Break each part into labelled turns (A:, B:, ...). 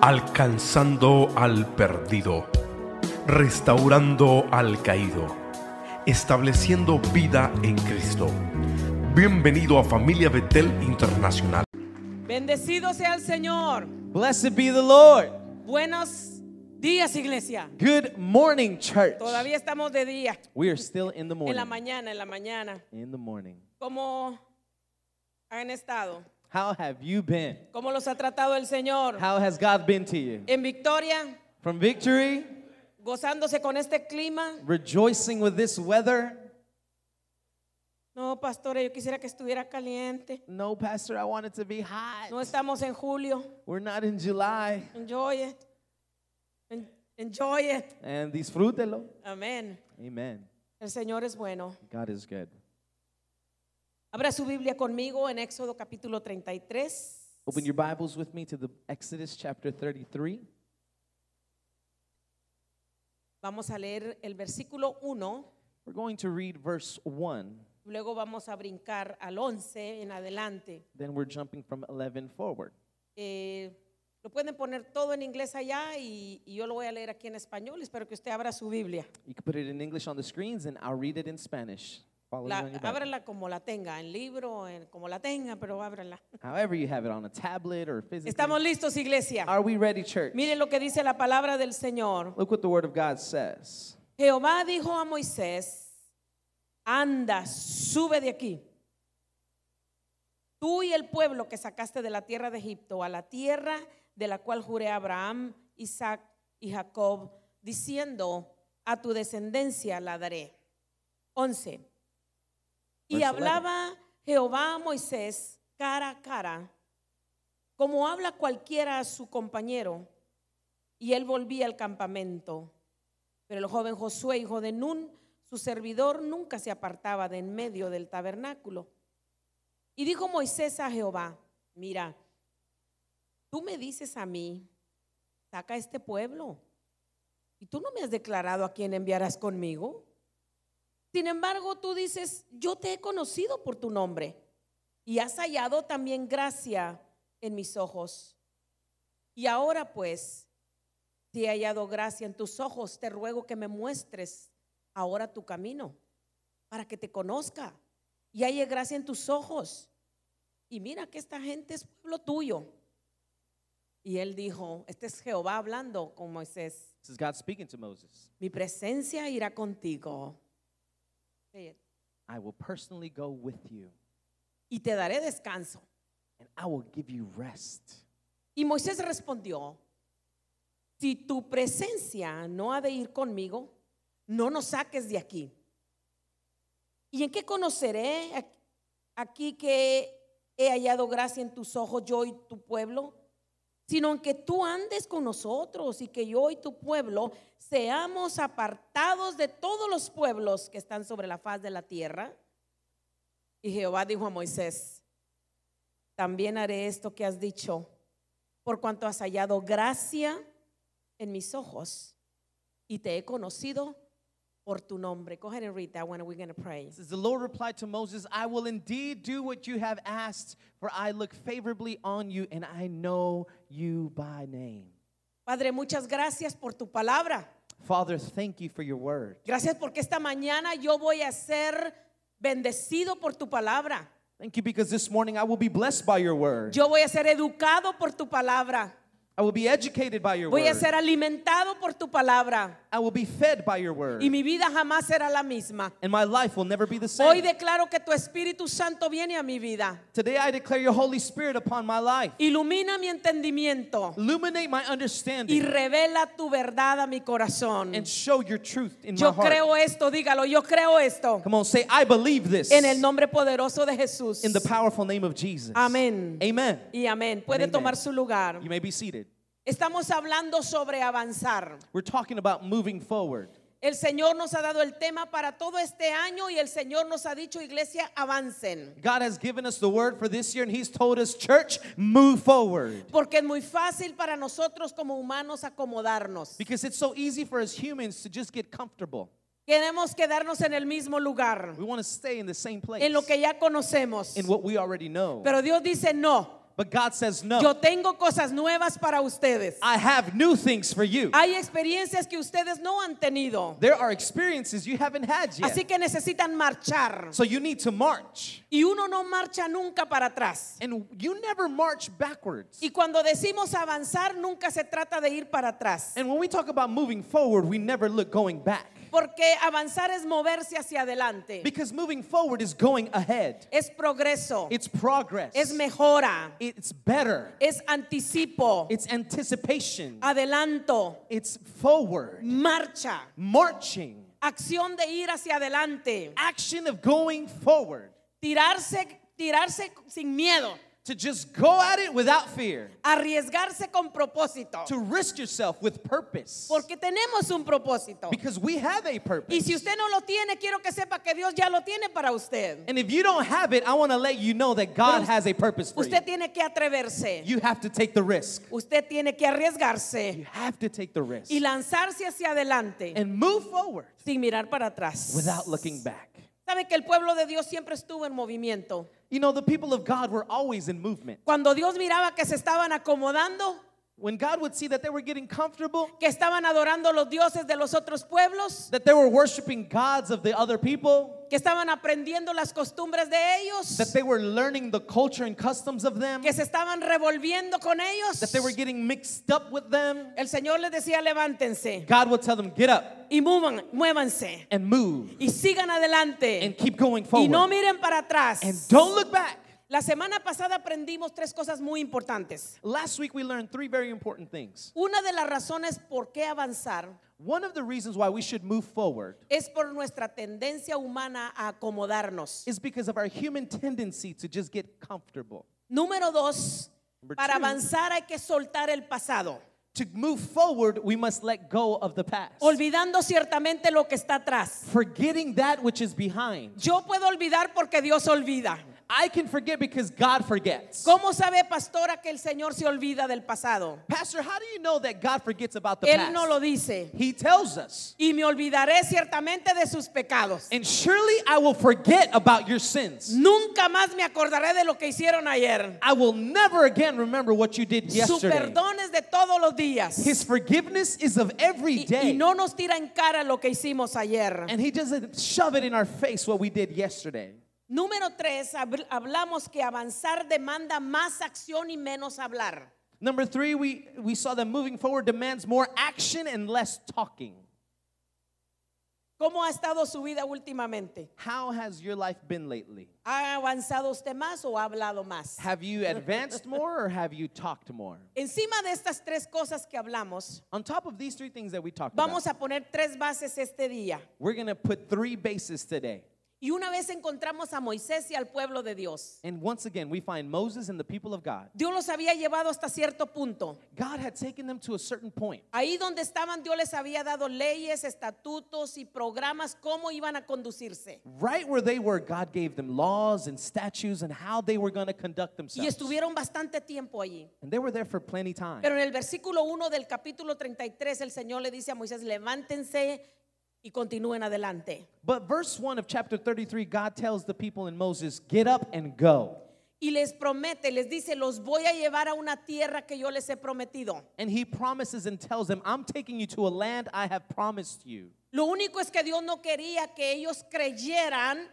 A: alcanzando al perdido, restaurando al caído, estableciendo vida en Cristo. Bienvenido a Familia Betel Internacional.
B: Bendecido sea el Señor.
C: Blessed be the Lord.
B: Buenos días, iglesia.
C: Good morning, church.
B: Todavía estamos de día.
C: We are still in the
B: En la
C: morning.
B: mañana, en la mañana.
C: In the morning.
B: ¿Cómo han estado?
C: How have you been?
B: ¿Cómo los ha tratado el Señor?
C: How has God been to you?
B: En victoria,
C: From victory,
B: gozándose con este clima.
C: rejoicing with this weather.
B: No, pastora, yo quisiera que estuviera caliente.
C: No, Pastor, I want it to be
B: No
C: hot.
B: estamos en julio.
C: We're not in July.
B: Enjoy it. En- Enjoy it.
C: And disfrútelo.
B: Amén.
C: Amen.
B: El Señor es bueno.
C: God is good.
B: Abra su Biblia conmigo en Éxodo capítulo 33.
C: Open your Bibles with me to the Exodus chapter 33.
B: Vamos a leer el versículo 1,
C: We're going to read verse 1.
B: luego vamos a brincar al 11 en adelante.
C: Then we're jumping from 11 forward.
B: Eh, lo pueden poner todo en inglés allá y, y yo lo voy a leer aquí en español. Espero que usted abra su Biblia.
C: You can put it in English on the screens, and I'll read it in Spanish. Follow me
B: La-
C: on your Bible.
B: ábrala como la tenga, en libro, en, como la tenga, pero ábrala.
C: However, you have it on a tablet or physically.
B: Estamos listos, iglesia.
C: Are we ready, church?
B: Miren lo que dice la palabra del Señor.
C: Look what the Word of God says.
B: Jehová dijo a Moisés, anda, sube de aquí. Tú y el pueblo que sacaste de la tierra de Egipto, a la tierra de la cual juré a Abraham, Isaac y Jacob, diciendo, a tu descendencia la daré. 11. Y
C: Verse
B: hablaba Jehová a Moisés cara a cara, como habla cualquiera a su compañero. Y él volvía al campamento. Pero el joven Josué, hijo de Nun, su servidor, nunca se apartaba de en medio del tabernáculo. Y dijo Moisés a Jehová, mira, tú me dices a mí, saca este pueblo. Y tú no me has declarado a quién enviarás conmigo. Sin embargo, tú dices, yo te he conocido por tu nombre y has hallado también gracia en mis ojos. Y ahora pues, si he hallado gracia en tus ojos, te ruego que me muestres ahora tu camino para que te conozca y halle gracia en tus ojos. Y mira que esta gente es pueblo tuyo. Y él dijo, este es Jehová hablando con Moisés
C: This is God speaking to Moses.
B: mi presencia irá contigo. Say it.
C: I will personally go with you,
B: Y te daré descanso.
C: and I will give you rest.
B: Y Moisés respondió, si tu presencia no ha de ir conmigo, no nos saques de aquí. ¿Y en qué conoceré a- aquí que he hallado gracia en tus ojos yo y tu pueblo? Sino en que tú andes con nosotros y que yo y tu pueblo seamos apartados de todos los pueblos que están sobre la faz de la tierra. Y Jehová dijo a Moisés, también haré esto que has dicho, por cuanto has hallado gracia en mis ojos y te he conocido por tu nombre. Go ahead and read that one and we're going to pray.
C: It says, The Lord replied to Moses, I will indeed do what you have asked, for I look favorably on you, and I know you by name.
B: Padre, muchas gracias por tu palabra.
C: Father, thank you for your word.
B: Gracias porque esta mañana yo voy a ser bendecido por tu palabra.
C: Thank you because this morning I will be blessed by your word.
B: Yo voy a ser educado por tu palabra.
C: I will be educated by your
B: Voy a
C: word.
B: ser alimentado por tu palabra.
C: I will be fed by your word.
B: Y mi vida jamás será la misma.
C: And my life will never be the
B: Hoy
C: same.
B: declaro que tu Espíritu Santo viene a mi vida.
C: Today I declare your Holy Spirit upon my life.
B: Ilumina mi entendimiento
C: Illuminate my
B: y
C: understanding
B: revela tu verdad a mi corazón.
C: and show your truth in my
B: Yo
C: heart.
B: creo esto, dígalo, yo creo esto.
C: Come on, say, I believe this
B: En el nombre poderoso de Jesús.
C: in the powerful name of Jesus.
B: Amén.
C: Amen.
B: Y amén. Puede
C: Amen.
B: tomar su lugar.
C: You may be seated.
B: Estamos hablando sobre avanzar.
C: We're talking about moving forward.
B: El Señor nos ha dado el tema para todo este año y el Señor nos ha dicho, iglesia, avancen.
C: God has given us the word for this year, and He's told us, church, move forward.
B: Porque es muy fácil para nosotros como humanos acomodarnos.
C: Because it's so easy for us humans to just get comfortable.
B: Queremos quedarnos en el mismo lugar,
C: We want to stay in the same place,
B: en lo que ya conocemos.
C: in what we already know.
B: Pero Dios dice, no,
C: But God says, No,
B: Yo tengo cosas nuevas para ustedes.
C: I have new things for you.
B: Hay experiencias que ustedes no han tenido.
C: There are experiences you haven't had
B: Así
C: yet.
B: que necesitan marchar.
C: So you need to march.
B: Y uno no marcha nunca para atrás.
C: And you never march backwards.
B: Y cuando decimos avanzar, nunca se trata de ir para atrás.
C: And when we talk about moving forward, we never look going back.
B: Porque avanzar es moverse hacia adelante.
C: Because moving forward is going ahead,
B: Es progreso.
C: it's progress,
B: Es mejora.
C: it's better,
B: Es anticipo.
C: it's anticipation,
B: Ah. Adelanto.
C: it's forward,
B: Marcha.
C: marching,
B: Acción de ir hacia adelante.
C: action of going forward,
B: Tirarse, tirarse sin miedo.
C: to just go at it without fear,
B: Arriesgarse con propósito.
C: to risk yourself with purpose.
B: Porque tenemos un propósito.
C: Because we have a
B: Y
C: purpose.
B: si usted no lo tiene, quiero que sepa que Dios ya lo tiene para usted.
C: And if you don't have it, I want to let you know that God
B: Pero
C: has a purpose for you.
B: Usted tiene que atreverse.
C: You have to take the risk.
B: Usted tiene que
C: You
B: arriesgarse
C: have to take the risk
B: y lanzarse hacia adelante
C: and move forward
B: sin mirar para atrás.
C: without looking back.
B: Sabe que el pueblo de Dios siempre estuvo en movimiento.
C: You know, the people of God were always in movement.
B: Cuando Dios miraba que se estaban acomodando,
C: When God would see that they were getting comfortable,
B: que estaban adorando los dioses de los otros pueblos,
C: that they were worshiping gods of the other people,
B: que estaban aprendiendo las costumbres de
C: that
B: ellos,
C: they were learning the culture and customs of them,
B: que se estaban revolviendo con ellos,
C: that they were getting mixed up with them,
B: el Señor les decía, levántense
C: God would tell them, get up
B: y muevan- muévanse
C: and move
B: y sigan
C: and
B: adelante
C: keep going
B: y no
C: forward
B: miren para atrás.
C: and don't look back.
B: La semana pasada aprendimos tres cosas muy importantes.
C: Last week, we learned three very important things.
B: Una de las razones por qué avanzar
C: One of the reasons why we should move forward
B: es por nuestra tendencia humana a acomodarnos.
C: is because of our human tendency to just get comfortable.
B: Número dos,
C: Number
B: para
C: two.
B: avanzar hay que soltar el pasado,
C: To move forward, we must let go of the past.
B: olvidando ciertamente lo que está atrás.
C: Forgetting that which is behind.
B: Yo puedo olvidar porque Dios olvida.
C: I can forget because God forgets.
B: ¿Cómo sabe, pastora, que el Señor se olvida del pasado?
C: Pastor, how do you know that God forgets about the
B: Él
C: past?
B: no lo dice.
C: He tells us.
B: Y me olvidaré ciertamente de sus pecados.
C: And surely I will forget about your sins.
B: Nunca más me acordaré de lo que hicieron ayer.
C: I will never again remember what you did
B: Su
C: yesterday.
B: perdón es de todos los días.
C: His forgiveness is of every
B: Y, y
C: day.
B: no nos tira en cara lo que hicimos ayer.
C: And he doesn't shove it in our face what we did yesterday.
B: Número tres, habl- hablamos que avanzar demanda más acción y menos hablar.
C: Number three, we, we saw that moving forward demands more action and less talking.
B: ¿Cómo ha estado su vida últimamente?
C: How has your life been lately?
B: ¿Ha avanzado usted más o ha hablado más?
C: Have you advanced more or have you talked more?
B: Encima de estas tres cosas que hablamos,
C: On top of these three things that we talked
B: vamos
C: about,
B: a poner tres bases este día.
C: we're going to put three bases today.
B: Y una vez encontramos a Moisés y al pueblo de Dios,
C: And once again, we find Moses and the people of God.
B: Dios los había llevado hasta cierto punto.
C: God had taken them to a certain point.
B: Ahí donde estaban, Dios les había dado leyes, estatutos y programas cómo iban a conducirse.
C: Right where they were, God gave them laws and statutes and how they were going to conduct
B: Y
C: themselves.
B: estuvieron bastante tiempo allí.
C: And they were there for plenty time.
B: Pero en el versículo 1 del capítulo 33, el Señor le dice a Moisés, levántense y continúen adelante.
C: But verse 1 of chapter 33, God tells the people and Moses, get up and go.
B: Y les promete, les dice, los voy a llevar a una tierra que yo les he prometido.
C: And he promises and tells them, I'm taking you to a land I have promised you.
B: Lo único es que Dios no quería que ellos creyeran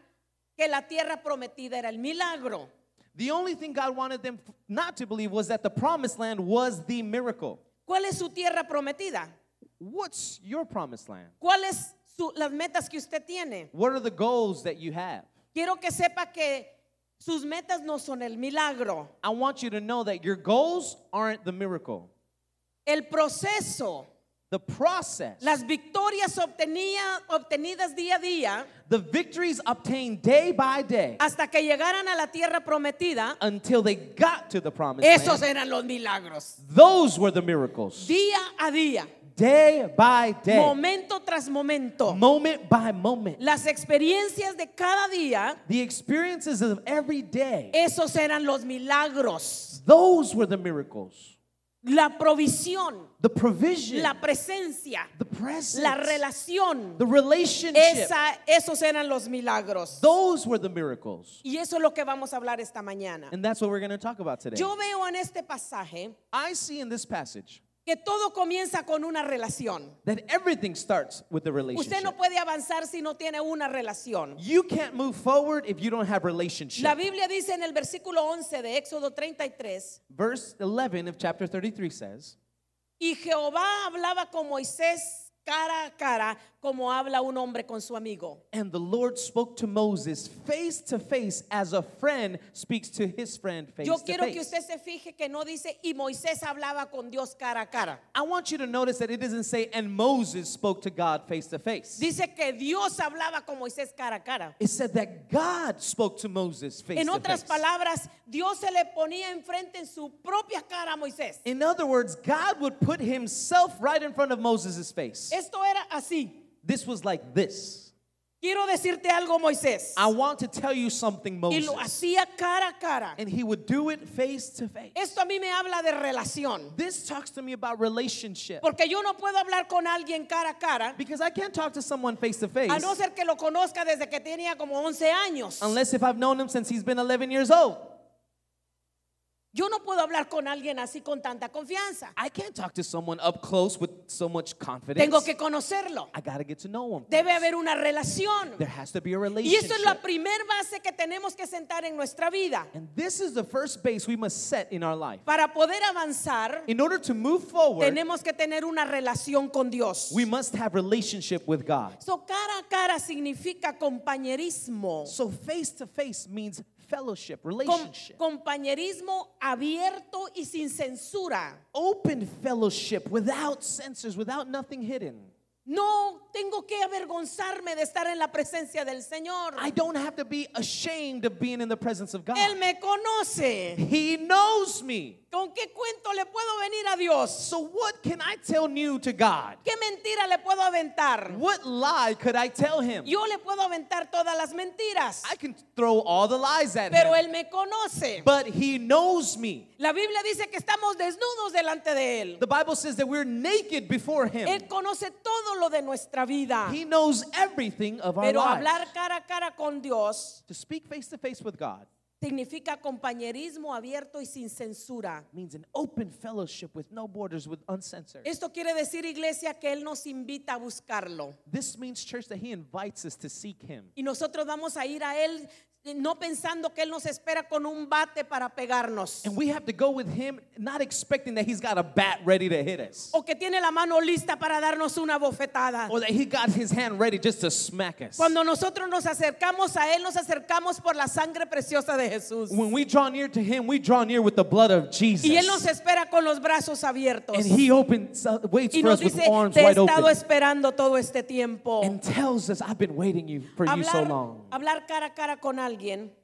B: que la tierra prometida era el milagro.
C: The only thing God wanted them f- not to believe was that the promised land was the miracle.
B: ¿Cuál es su tierra prometida?
C: What's your promised land?
B: ¿Cuáles son las metas que usted tiene?
C: What are the goals that you have?
B: Quiero que sepa que sus metas no son el milagro.
C: I want you to know that your goals aren't the miracle.
B: El proceso,
C: The process,
B: las victorias obtenía- obtenidas día a día
C: the victories obtained day by day
B: hasta que llegaran a la tierra prometida,
C: until they got to the promised
B: esos
C: land.
B: eran los milagros.
C: Those were the miracles.
B: Día a día,
C: Day by day,
B: momento tras momento.
C: moment by moment.
B: Las experiencias de cada día,
C: The experiences of every day,
B: esos eran los milagros.
C: those were the miracles.
B: la provisión,
C: the provision,
B: la presencia,
C: the presence,
B: la relación.
C: the relationship.
B: Esa, esos eran los milagros.
C: Those were the miracles.
B: Y eso es lo que vamos a hablar esta mañana.
C: And that's what we're going to talk about today.
B: Yo veo en este pasaje
C: I see in this passage
B: que todo comienza con una relación.
C: that everything starts with the
B: Usted
C: relationship.
B: no puede avanzar si no tiene una relación.
C: You can't move forward if you don't have relationship.
B: La Biblia dice en el versículo 11 de Éxodo 33,
C: Verse 11 of chapter 33 says,
B: y Jehová hablaba con Moisés cara a cara, como habla un hombre con su amigo.
C: And the Lord spoke to Moses face to face as a friend speaks to his friend face
B: Yo
C: to
B: quiero
C: face.
B: que usted se fije que no dice, y Moisés hablaba con Dios cara a cara.
C: I want you to notice that it doesn't say, and Moses spoke to God face to face.
B: Dice que Dios hablaba con Moisés cara a cara.
C: It said that God spoke to Moses face
B: En
C: to
B: otras
C: face.
B: palabras, Dios se le ponía enfrente en su propia cara a Moisés.
C: In other words, God would put himself right in front of Moses' face.
B: Esto era así.
C: This was like this.
B: Quiero decirte algo, Moisés.
C: I want to tell you something,
B: Y
C: Moses.
B: lo hacía cara a cara.
C: And he would do it face to face.
B: Esto a mí me habla de relación.
C: This talks to me about relationship.
B: Porque yo no puedo hablar con alguien cara a cara,
C: Because I can't talk to someone face to face
B: a no ser que lo conozca desde que tenía como 11 años.
C: unless if I've known him since he's been 11 years old.
B: Yo no puedo hablar con alguien así con tanta confianza.
C: I can't talk to someone up close with so much confidence.
B: Tengo que conocerlo.
C: I gotta get to know him.
B: Debe
C: first.
B: haber una relación.
C: There has to be a
B: Y
C: relationship.
B: eso es la primer base que tenemos que sentar en nuestra vida.
C: and this is the first base we must set in our life.
B: Para poder avanzar,
C: In order to move forward,
B: tenemos que tener una relación con Dios.
C: we must have relationship with God.
B: So, cara a cara significa compañerismo.
C: So face to face means fellowship,
B: Com-
C: relationship.
B: compañerismo abierto y sin censura.
C: Open fellowship without censors, without nothing hidden.
B: No tengo que avergonzarme de estar en la presencia del Señor.
C: I don't have to be ashamed of being in the presence of God.
B: Él me conoce.
C: He knows me.
B: ¿Con qué cuento le puedo venir a Dios?
C: So what can I tell new to God?
B: ¿Qué mentira le puedo aventar?
C: What lie could I tell him?
B: Yo le puedo aventar todas las mentiras,
C: I can throw all the lies at
B: pero
C: him.
B: Él me conoce.
C: But he knows me.
B: La Biblia dice que estamos desnudos delante de Él.
C: The Bible says that we're naked before him.
B: Él conoce todo lo de nuestra vida.
C: He knows everything of our
B: Pero
C: lives.
B: hablar cara a cara con Dios
C: To speak face to face with God
B: significa compañerismo abierto y sin censura.
C: means an open fellowship with no borders, with uncensored.
B: Esto quiere decir, iglesia, que Él nos invita a buscarlo.
C: This means, church, that he invites us to seek him.
B: Y nosotros vamos a ir a Él eh, no pensando que Él nos espera con un bate para pegarnos.
C: And we have to go with him, not expecting that he's got a bat ready to hit us.
B: O que tiene la mano lista para darnos una bofetada.
C: Or that he got his hand ready just to smack us.
B: Cuando nosotros nos acercamos a Él, nos acercamos por la sangre preciosa de Jesús.
C: When we draw near to him, we draw near with the blood of Jesus.
B: Y Él nos espera con los brazos abiertos.
C: and he opens, uh, waits
B: Y
C: for
B: nos
C: us with
B: dice,
C: arms
B: te he
C: wide
B: estado
C: open.
B: esperando todo este tiempo.
C: and tells us, I've been waiting you for you so
B: Hablar,
C: long.
B: hablar cara a cara con alguien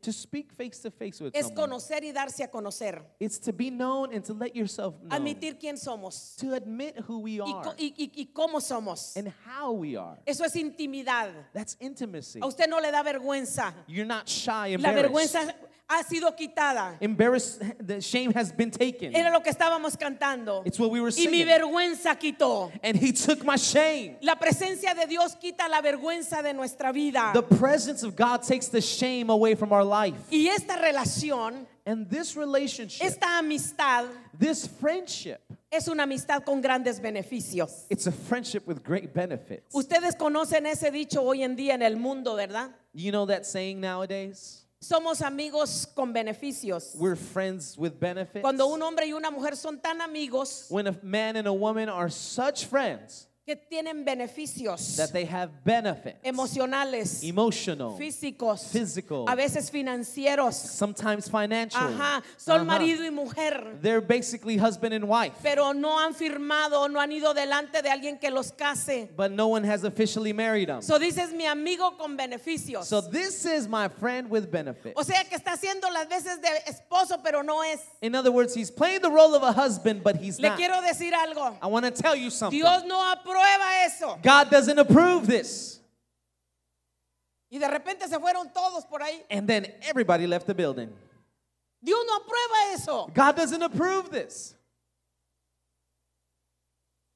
C: to speak face to face with
B: es
C: someone,
B: conocer y darse a conocer.
C: it's to be known and to let yourself know.
B: Admitir quién somos
C: to admit who we
B: y,
C: are
B: co- y- y- y cómo somos.
C: and how we are.
B: Eso es intimidad.
C: That's intimacy.
B: A usted no le da vergüenza.
C: You're not shy,
B: La
C: embarrassed.
B: vergüenza ha sido quitada.
C: embarrassed, the shame has been taken.
B: Era lo que estábamos cantando.
C: It's what we were
B: Y mi
C: singing.
B: vergüenza quitó.
C: and he took my shame.
B: La presencia de Dios quita la vergüenza de nuestra vida.
C: The presence of God takes the shame away from our life.
B: Y esta relación,
C: And this relationship,
B: esta amistad,
C: this friendship,
B: es una amistad con grandes beneficios.
C: it's a friendship with great benefits.
B: Ustedes conocen ese dicho hoy en día en el mundo, ¿verdad?
C: You know that saying nowadays?
B: Somos amigos con beneficios.
C: We're friends with benefits.
B: Cuando un hombre y una mujer son tan amigos
C: when a man and a woman are such friends
B: que tienen beneficios
C: that they have benefits
B: emocionales,
C: emotional
B: físicos,
C: physical.
B: a veces financieros.
C: sometimes financial
B: Ajá, son
C: Ajá.
B: marido y mujer.
C: they're basically husband and wife
B: pero no han firmado, no han ido delante de alguien que los case.
C: but no one has officially married them
B: So dices mi amigo con beneficios.
C: So this is my friend with benefits
B: o sea que está haciendo las veces de esposo, pero no es.
C: in other words he's playing the role of a husband but he's
B: Le
C: not
B: quiero decir algo.
C: i want to tell you something
B: Dios no aprueba eso.
C: god doesn't approve this
B: Y de repente se fueron todos por ahí.
C: and then everybody left the building
B: Dios no aprueba eso.
C: god doesn't approve this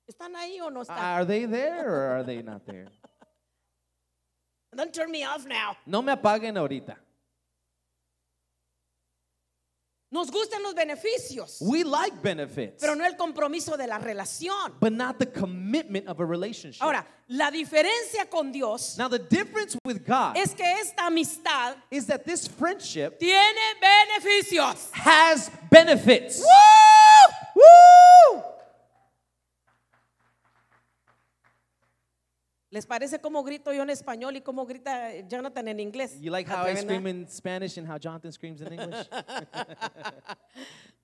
B: ¿Están ahí o no están?
C: Ah, Are they there or are they not there?
B: Don't turn me off now.
C: No me apaguen ahorita.
B: Nos gustan los beneficios,
C: We like benefits,
B: pero no el compromiso de la relación.
C: but not the commitment of a relationship.
B: Ahora, la diferencia con Dios
C: now, the difference with God
B: es que esta amistad
C: is that this friendship
B: tiene beneficios.
C: has benefits. Woo!
B: ¿Les parece cómo grito yo en español y cómo grita Jonathan en inglés?
C: You like how I
B: Atreven,
C: scream
B: ¿verdad?
C: in Spanish and how Jonathan screams in English?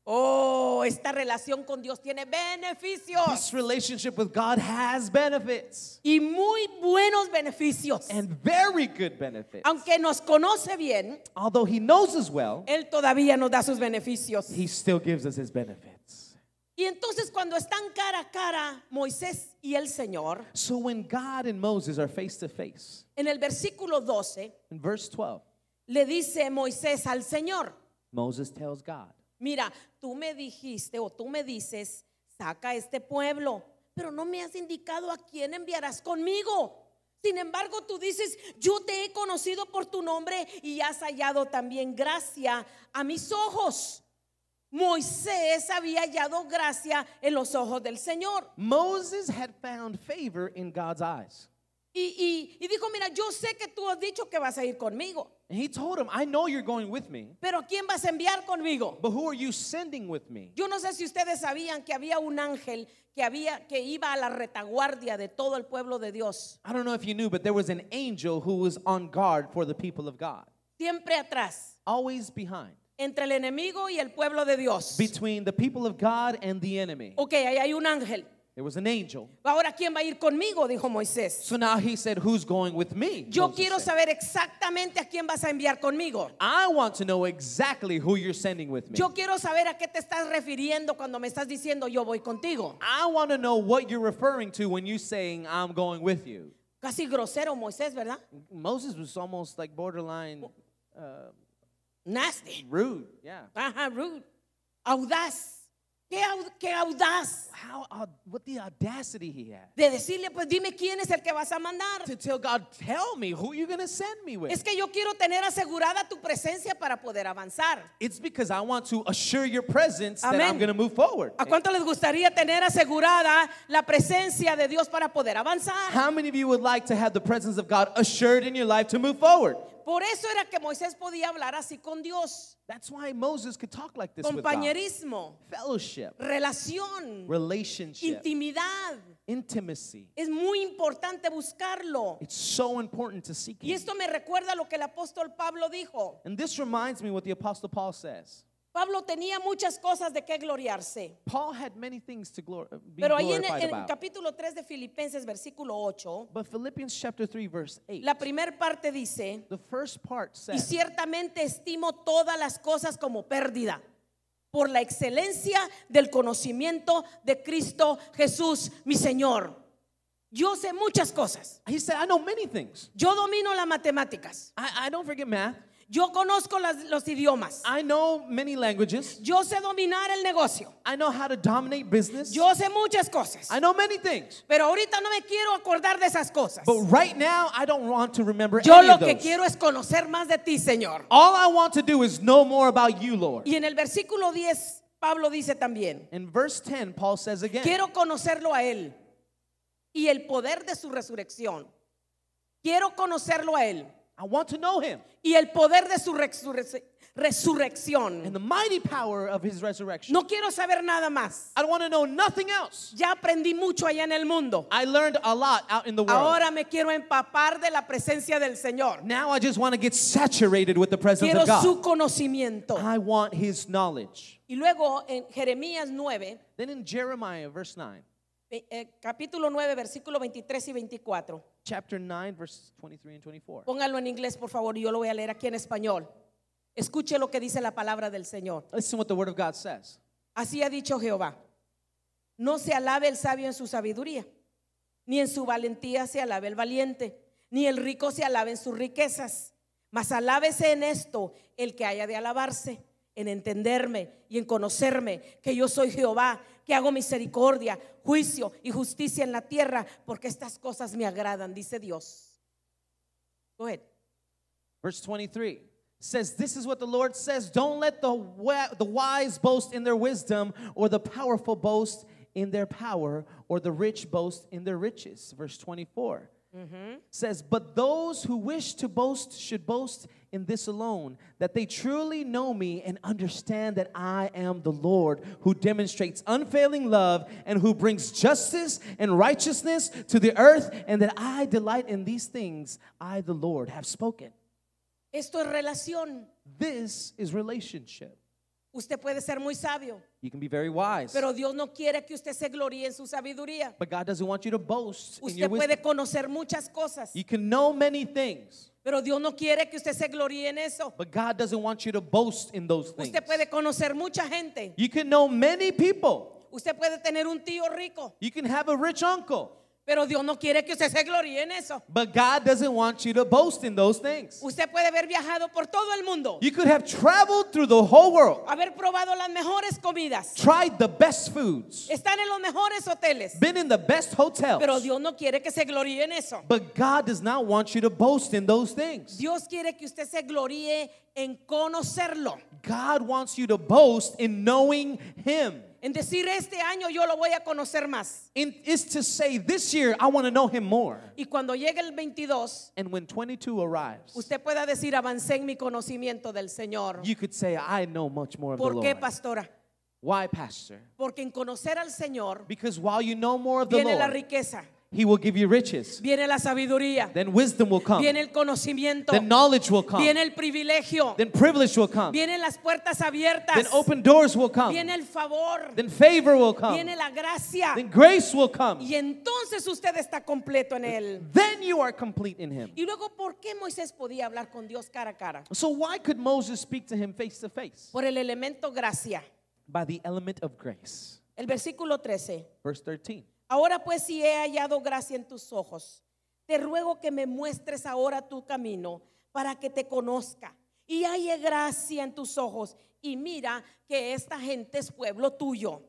B: Oh, esta relación con Dios tiene beneficios
C: this relationship with God has benefits
B: y muy buenos beneficios.
C: and very good benefits.
B: Aunque nos conoce bien,
C: Although He knows us well,
B: Él todavía nos da sus beneficios.
C: He still gives us His benefits.
B: Y entonces cuando están cara a cara Moisés y el Señor,
C: So when God and Moses are face to face,
B: en el versículo 12
C: in verse 12,
B: le dice Moisés al Señor,
C: Moses tells God,
B: mira, tú me dijiste o tú me dices, saca a este pueblo, pero no me has indicado a quién enviarás conmigo. Sin embargo, tú dices, yo te he conocido por tu nombre y has hallado también gracia a mis ojos. Moisés había hallado gracia en los ojos del Señor.
C: Moses had found favor in God's eyes.
B: Y, y- y dijo, mira, yo sé que tú has dicho que vas a ir conmigo,
C: And he told him, I know you're going with me,
B: pero ¿quién vas a enviar conmigo?
C: but who are you sending with me?
B: Yo no sé si ustedes sabían que había un ángel que, había, que iba a la retaguardia de todo el pueblo de Dios,
C: I don't know if you knew, but there was an angel who was on guard for the people of God,
B: siempre atrás,
C: always behind,
B: entre el enemigo y el pueblo de Dios.
C: between the people of God and the enemy.
B: Ok, ahí hay un ángel.
C: There was an angel.
B: Ahora, ¿quién va a ir conmigo? Dijo Moisés.
C: So now he said, Who's going with me?
B: Yo
C: Moses
B: quiero
C: said.
B: saber exactamente a quién vas a enviar conmigo.
C: I want to know exactly who you're sending with me.
B: Yo quiero saber a qué te estás refiriendo cuando me estás diciendo yo voy contigo.
C: I want to know what you're referring to when you're saying, I'm going with you.
B: Casi grosero Moisés, ¿verdad?
C: Moses was almost like borderline uh,
B: Nasty.
C: rude. Yeah.
B: Ajá, rude. Audaz. ¿Qué, au- qué audaz
C: How, au- what the audacity he had
B: de decirle, pues dime quién es el que vas a mandar.
C: to tell God, Tell me who you're going to send me with.
B: Es que yo quiero tener asegurada tu presencia para poder avanzar.
C: It's because I want to assure your presence that I'm
B: Amén.
C: going to move forward.
B: ¿A cuánto les gustaría tener asegurada la presencia de Dios para poder avanzar?
C: How many of you would like to have the presence of God assured in your life to move forward?
B: Por eso era que Moisés podía hablar así con Dios.
C: That's why Moses could talk like this with God.
B: Compañerismo,
C: Fellowship,
B: relación,
C: relationship,
B: intimidad.
C: intimacy.
B: Es muy importante buscarlo.
C: It's so important to seek
B: Y
C: Him.
B: esto me recuerda lo que el apóstol Pablo dijo.
C: And this reminds me what the Apostle Paul says.
B: Pablo tenía muchas cosas de qué gloriarse.
C: Paul had many things to glor- uh, be
B: Pero ahí en,
C: glorified
B: en el
C: about.
B: capítulo 3 de Filipenses, versículo 8,
C: But Philippians chapter 3, verse 8,
B: la primera parte dice,
C: the first part
B: y
C: says,
B: ciertamente estimo todas las cosas como pérdida por la excelencia del conocimiento de Cristo Jesús, mi Señor. Yo sé muchas cosas.
C: he said, I know many things.
B: Yo domino las matemáticas.
C: I, I don't forget math.
B: Yo conozco las- los idiomas.
C: I know many languages.
B: Yo sé dominar el negocio.
C: I know how to dominate business.
B: Yo sé muchas cosas.
C: I know many things.
B: Pero ahorita no me quiero acordar de esas cosas.
C: But right now, I don't want to remember
B: Yo
C: any
B: lo
C: of
B: que
C: those.
B: quiero es conocer más de ti, Señor.
C: All I want to do is know more about you, Lord.
B: Y en el versículo 10, Pablo dice también,
C: In verse 10, Paul says again,
B: quiero conocerlo a Él y el poder de su resurrección. Quiero conocerlo a Él
C: I want to know him
B: y el poder de su resurre-
C: and
B: resurrección.
C: the mighty power of his resurrection.
B: No quiero saber nada más.
C: I want to know nothing else.
B: Ya aprendí mucho allá en el mundo.
C: I learned a lot out in the world.
B: Ahora me quiero empapar de la presencia del Señor.
C: Now I just want to get saturated with the presence
B: Quiero
C: of God. Ah.
B: su conocimiento.
C: I want his knowledge.
B: Y luego en Jeremías 9,
C: Then in Jeremiah, verse 9,
B: ve- eh, capítulo 9, versículo 23 y 24.
C: chapter 9, verse 23 and 24.
B: Póngalo en inglés, por favor, y yo lo voy a leer aquí en español. Escuche lo que dice la palabra del Señor.
C: Listen what the word of God says.
B: Así ha dicho Jehová. No se alabe el sabio en su sabiduría, ni en su valentía se alabe el valiente, ni el rico se alabe en sus riquezas. Mas alábese en esto el que haya de alabarse, en entenderme y en conocerme, que yo soy Jehová, que hago misericordia, juicio y justicia en la tierra, porque estas cosas me agradan, dice Dios. Go ahead.
C: Verse 23 says, This is what the Lord says Don't let the, wi- the wise boast in their wisdom, or the powerful boast in their power, or the rich boast in their riches. Verse 24 says, But those who wish to boast should boast in this alone, that they truly know me and understand that I am the Lord, who demonstrates unfailing love and who brings justice and righteousness to the earth, and that I delight in these things. I, the Lord, have spoken.
B: Esto es relación.
C: This is relationship.
B: Usted puede ser muy sabio,
C: You can be very wise,
B: pero Dios no quiere que usted se gloríe en su sabiduría.
C: but God doesn't want you to boast in your
B: Usted
C: wisdom.
B: puede conocer muchas cosas,
C: You can know many things,
B: pero Dios no quiere que usted se gloríe en eso.
C: but God doesn't want you to boast in those things.
B: Usted puede conocer mucha gente.
C: You can know many people.
B: Usted puede tener un tío rico,
C: You can have a rich uncle,
B: pero Dios no quiere que usted se gloríe en eso.
C: but God doesn't want you to boast in those things.
B: Usted puede haber viajado por todo el mundo,
C: You could have traveled through the whole world,
B: haber probado las mejores comidas,
C: tried the best foods,
B: estar en los mejores hoteles,
C: been in the best
B: pero
C: hotels,
B: Dios no quiere que se gloríe en eso.
C: but God does not want you to boast in those things.
B: Dios quiere que usted se gloríe en conocerlo,
C: God wants you to boast in knowing Him.
B: en decir este año yo lo voy a conocer más.
C: In, is to say, this year I want to know Him more.
B: Y cuando llegue el 22,
C: And when 22 arrives,
B: usted pueda decir avancé en mi conocimiento del Señor.
C: you could say, I know much more of the
B: ¿Por qué,
C: Lord.
B: pastora?
C: Why, Pastor?
B: Porque en conocer al Señor
C: Because while you know more of the
B: viene la
C: Lord,
B: riqueza,
C: He will give you riches.
B: viene la sabiduría,
C: Then wisdom will come.
B: viene el conocimiento,
C: Then knowledge will come.
B: viene el privilegio,
C: Then privilege will come.
B: vienen las puertas abiertas,
C: Then open doors will come.
B: viene el favor,
C: Then favor will come.
B: viene la gracia.
C: Then grace will come.
B: Y entonces usted está completo en él.
C: Then you are complete in Him.
B: Y luego, ¿por qué Moisés podía hablar con Dios cara a cara?
C: So, why could Moses speak to Him face to face?
B: Por el elemento gracia.
C: By the element of grace.
B: El versículo 13.
C: Verse 13.
B: Ahora pues si he hallado gracia en tus ojos, te ruego que me muestres ahora tu camino para que te conozca y halle gracia en tus ojos y mira que esta gente es pueblo tuyo.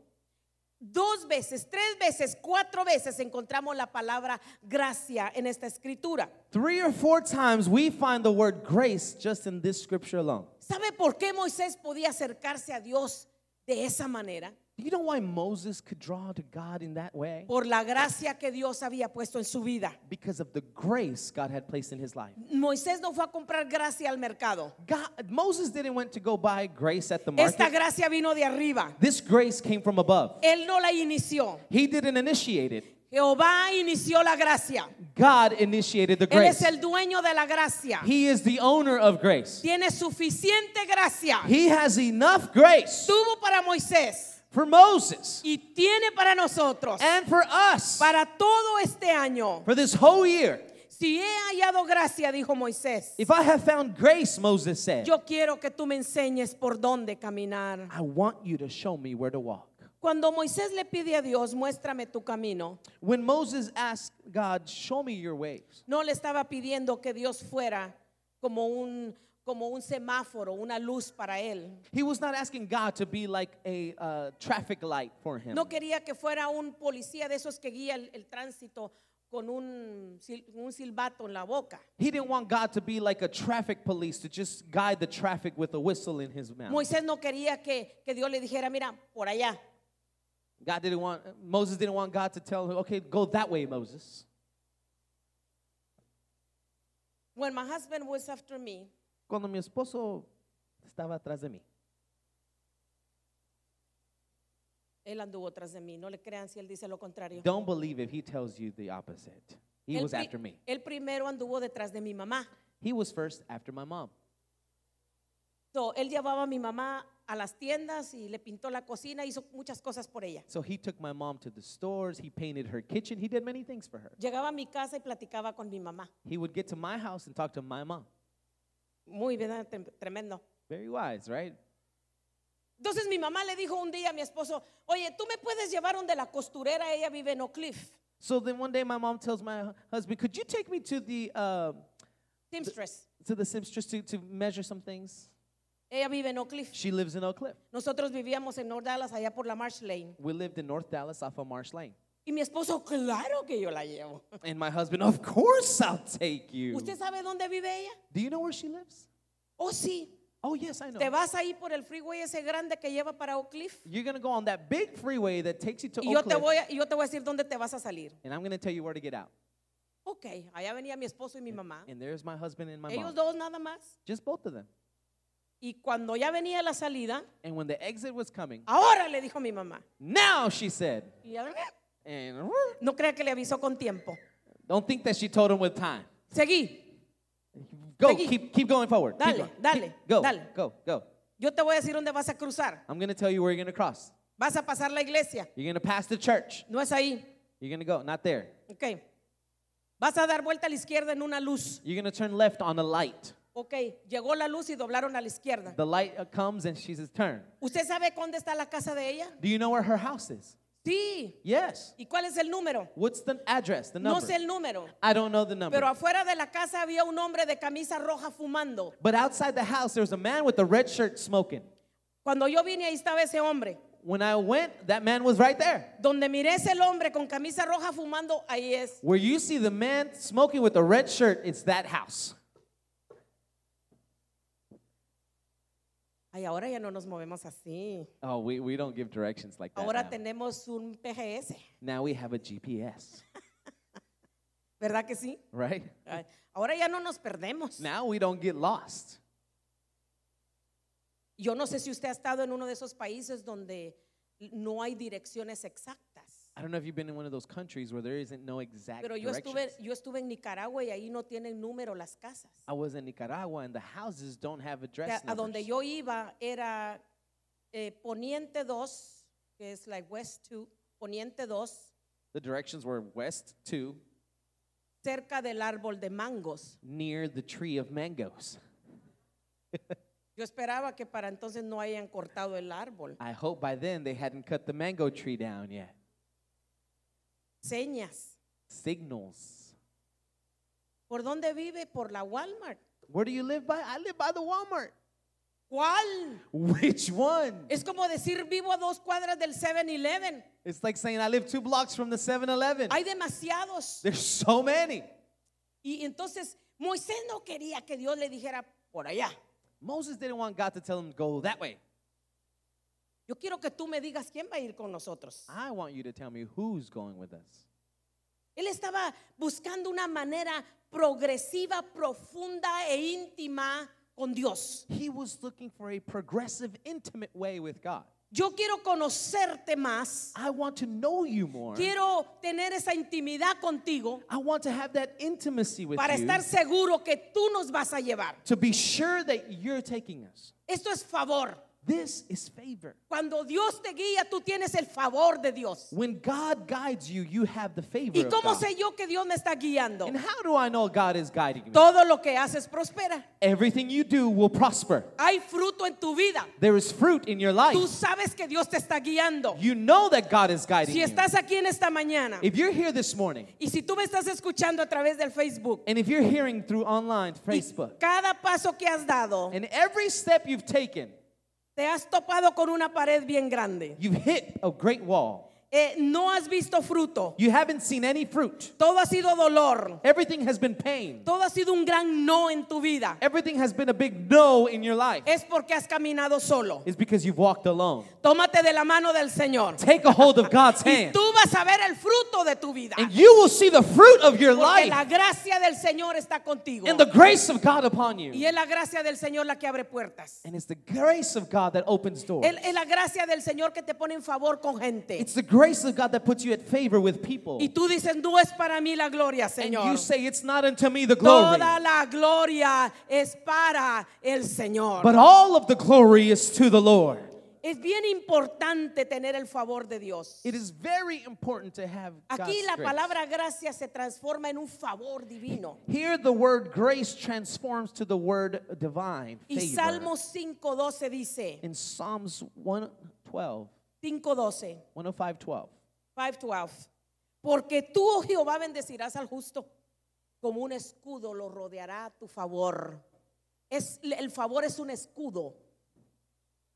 B: Dos veces, tres veces, cuatro veces encontramos la palabra gracia en esta escritura.
C: Three or four times we find the word grace just in this scripture alone.
B: ¿Sabe por qué Moisés podía acercarse a Dios de esa manera?
C: Do you know why Moses could draw to God in that way?
B: Por la gracia que Dios había puesto en su vida.
C: Because of the grace God had placed in his life.
B: Moisés no fue a comprar gracia al mercado.
C: God, Moses didn't want to go buy grace at the
B: Esta
C: market.
B: gracia vino de arriba.
C: This grace came from above.
B: Él no la inició.
C: He didn't initiate it.
B: Jehová inició la gracia.
C: God initiated the
B: Él es
C: grace.
B: el dueño de la gracia.
C: He is the owner of grace.
B: Tiene suficiente gracia.
C: He has enough grace
B: Tuvo para Moisés
C: for Moses
B: y tiene para nosotros.
C: and for us
B: Para todo este año.
C: for this whole year.
B: Si he hallado gracia, dijo Moisés,
C: If I have found grace, Moses said,
B: yo quiero que tú me enseñes por dónde caminar.
C: I want you to show me where to walk.
B: Cuando Moisés le pide a Dios, muéstrame tu camino,
C: When Moses asked God, Show me your ways,
B: no le estaba pidiendo que Dios fuera como un, como un semáforo, una luz para él.
C: he was not asking God to be like a uh, traffic light for him.
B: No quería que fuera un policía de esos que guía el, el tránsito con un, sil- un silbato en la boca.
C: He didn't want God to be like a traffic police to just guide the traffic with a whistle in his mouth.
B: Moisés no quería que, que Dios le dijera, mira, por allá.
C: God didn't want Moses didn't want God to tell him, "Okay, go that way, Moses."
B: When my husband was after me,
C: Cuando mi esposo estaba atrás de mí,
B: él anduvo tras de mí. No le crean si él dice lo contrario.
C: don't believe if he tells you the opposite. He
B: él,
C: was
B: pri-
C: after me.
B: él primero anduvo detrás de mi mamá.
C: He was first after my mom.
B: So, él llevaba a mi mamá a las tiendas y le pintó la cocina, hizo muchas cosas por ella.
C: So he took my mom to the stores, he painted her kitchen, he did many things for her.
B: Llegaba a mi casa y platicaba con mi mamá.
C: He would get to my house and talk to my mom.
B: Muy bien, trem- tremendo.
C: Very wise, right?
B: Entonces mi mamá le dijo un día a mi esposo, oye, tú me puedes llevar donde la costurera, ella vive en Oak Cliff,
C: So then one day my mom tells my hu- husband, "Could you take me to the uh,
B: seamstress.
C: to the seamstress to, to measure some things?"
B: Ella vive en Oak Cliff.
C: She lives in Oak Cliff.
B: Nosotros vivíamos en North Dallas, allá por la Marsh Lane.
C: We lived in North Dallas off of Marsh Lane.
B: Y mi esposo, claro que yo la llevo.
C: And my husband, of course I'll take you.
B: ¿Usted sabe dónde vive ella?
C: Do you know where she lives?
B: Oh, sí.
C: Oh, yes, I know.
B: Te vas ahí por el freeway ese grande que lleva para Oak Cliff.
C: You're going to go on that big freeway that takes you to
B: Y yo
C: Oak
B: te
C: Cliff,
B: voy a, y yo te voy a decir dónde te vas a salir.
C: and I'm going to tell you where to get out.
B: Ok, allá venía mi esposo y mi mamá.
C: And there's my husband and my
B: Ellos
C: mom.
B: dos nada más.
C: Just both of them.
B: Y cuando ya venía la salida,
C: And when the exit was coming,
B: ahora le dijo mi mamá.
C: now she said,
B: Y ya-
C: and
B: no crea que le avisó con tiempo.
C: don't think that she told him with time.
B: Seguí.
C: Go,
B: Seguí.
C: keep, keep going forward. Keep
B: Dale,
C: going.
B: dale,
C: Keep- go,
B: dale.
C: go, go.
B: Yo te voy a decir dónde vas a cruzar.
C: I'm going to tell you where you're going to cross.
B: Vas a pasar la iglesia.
C: You're going to pass the church.
B: No es ahí.
C: You're going to go, not there.
B: Ok. Vas a dar vuelta a la izquierda en una luz.
C: You're going to turn left on the light.
B: Ok. Llegó la luz y doblaron a la izquierda.
C: The light uh, comes and she says, turn.
B: ¿Usted sabe dónde está la casa de ella?
C: Do you know where her house is?
B: Sí.
C: Yes.
B: ¿Y cuál es el número?
C: What's the address, the
B: No
C: number?
B: sé el número.
C: I don't know the number.
B: Pero afuera de la casa había un hombre de camisa roja fumando.
C: But outside the house, there was a man with a red shirt smoking.
B: Cuando yo vine ahí estaba ese hombre.
C: When I went, that man was right there.
B: Donde miré ese hombre con camisa roja fumando, ahí es.
C: Where you see the man smoking with the red shirt, it's that house.
B: Ay, ahora ya no nos movemos así.
C: Oh, we, we don't give directions like that.
B: Ahora
C: now.
B: tenemos un PGS,
C: Now we have a GPS,
B: ¿verdad que sí?
C: right?
B: Ay, Ahora ya no nos perdemos.
C: Now we don't get lost.
B: Yo no sé si usted ha estado en uno de esos países donde no hay direcciones exactas.
C: I don't know if you've been in one of those countries where there isn't no exact
B: Pero yo estuve,
C: directions.
B: yo estuve en Nicaragua y ahí no tienen número las casas.
C: I was in Nicaragua and the houses don't have
B: O
C: address
B: sea, a donde
C: numbers.
B: yo iba era eh, Poniente 2, que es like West 2, Poniente 2,
C: The directions were west to
B: cerca del árbol de mangos.
C: near the tree of mangoes.
B: Yo esperaba que para entonces no hayan cortado el árbol.
C: I hope by then they hadn't cut the mango tree down yet.
B: Señas.
C: Signals.
B: ¿Por dónde vive? Por la Walmart.
C: Where do you live by? I live by the Walmart.
B: ¿Cuál?
C: Which one?
B: Es como decir vivo a dos cuadras del 7-Eleven.
C: It's like saying I live two blocks from the 7 Eleven.
B: Hay demasiados.
C: There's so many.
B: Y entonces Moisés no quería que Dios le dijera por allá.
C: Moses didn't want God to tell him, go that way.
B: Yo quiero que tú me digas quién va a ir con nosotros.
C: I want you to tell me who's going with us.
B: Él estaba buscando una manera progresiva, profunda e íntima con Dios.
C: He was looking for a progressive, intimate way with God.
B: Yo quiero conocerte más.
C: I want to know you more.
B: Quiero tener esa intimidad contigo
C: I want to have that intimacy with
B: para
C: you
B: estar seguro que tú nos vas a llevar.
C: to be sure that you're taking us.
B: Esto es favor.
C: This is favor.
B: Cuando Dios te guía, tú tienes el favor de Dios.
C: When God guides you, you have the favor
B: ¿Y
C: of
B: cómo
C: God.
B: sé yo que Dios me está guiando?
C: And how do I know God is guiding me?
B: Todo lo que haces prospera.
C: Everything you do will prosper.
B: Hay fruto en tu vida.
C: There is fruit in your life.
B: Tú sabes que Dios te está guiando.
C: You know that God is guiding
B: Si
C: you.
B: estás aquí en esta mañana
C: If you're here this morning,
B: y si tú me estás escuchando a través del Facebook,
C: and if you're hearing through online,
B: y
C: Facebook,
B: cada paso que has dado,
C: and every step you've taken,
B: te has topado con una pared bien grande.
C: you've hit a great wall.
B: Eh, no has visto fruto.
C: You haven't seen any fruit.
B: Todo ha sido dolor.
C: Everything has been pain.
B: Todo ha sido un gran no en tu vida.
C: Everything has been a big no in your life.
B: Es porque has caminado solo.
C: It's because you've walked alone.
B: Tómate de la mano del Señor.
C: Take a hold of God's hand,
B: Tú vas a ver el fruto de tu vida.
C: and you will see the fruit of your
B: Porque la
C: life
B: gracia del Señor está contigo.
C: and the grace of God upon
B: Y
C: you.
B: es la gracia del Señor la que abre puertas.
C: And it's the grace of God that opens doors.
B: Es es la gracia del Señor que te pone en favor con gente.
C: It's the grace of God that puts you at favor with people.
B: Y tú dices, no es para mí la gloria,
C: And
B: Señor.
C: you say, It's not unto me the glory,
B: Toda la gloria es para el Señor.
C: but all of the glory is to the Lord.
B: es bien importante tener el favor de Dios.
C: It is very important to have God's
B: Aquí la
C: grace.
B: palabra gracia se transforma en un favor divino.
C: Here, the word grace transforms to the word divine.
B: Y
C: favor.
B: Salmo 5.12 dice,
C: in Psalms 112,
B: 5.12,
C: 105, 12.
B: 5.12, porque tú, oh Jehová, bendecirás al justo, como un escudo lo rodeará a tu favor. Es, el favor es un escudo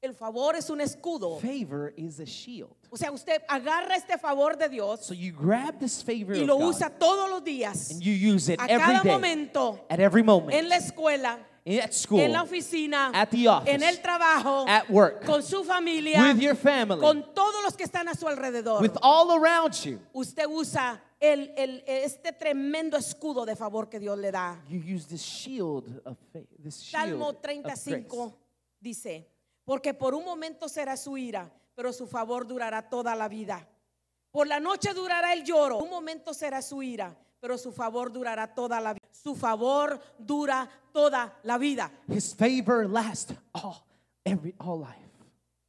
B: El favor es un escudo.
C: Favor is a shield.
B: O sea, usted agarra este favor de Dios
C: So you grab this favor
B: y
C: of
B: lo
C: God,
B: usa todos los días,
C: and you use it
B: a
C: every
B: cada
C: day,
B: momento,
C: at every moment,
B: en la escuela,
C: at school,
B: en la oficina,
C: at the office,
B: en el trabajo,
C: at work,
B: con su familia,
C: with your family,
B: con todos los que están a su alrededor.
C: with all around you.
B: usted usa el- el- este tremendo escudo de favor que Dios le da.
C: You use this shield of faith. This shield
B: Salmo
C: of grace.
B: 35 dice, porque por un momento será su ira, pero su favor durará toda la vida. Por la noche durará el lloro, un momento será su ira, pero su favor durará toda la vida. Su favor dura toda la vida.
C: His favor lasts all, every all life.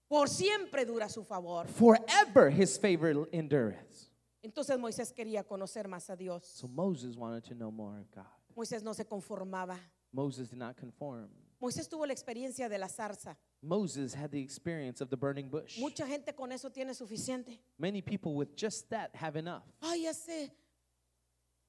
B: Por siempre dura su favor.
C: Forever His favor endureth.
B: Entonces Moisés quería conocer más a Dios.
C: So Moses wanted to know more of God.
B: Moisés no se conformaba.
C: Moses did not conform.
B: Moisés tuvo la experiencia de la zarza.
C: Moses had the experience of the burning bush.
B: Mucha gente con eso tiene suficiente.
C: Many people with just that have enough.
B: Ay, hace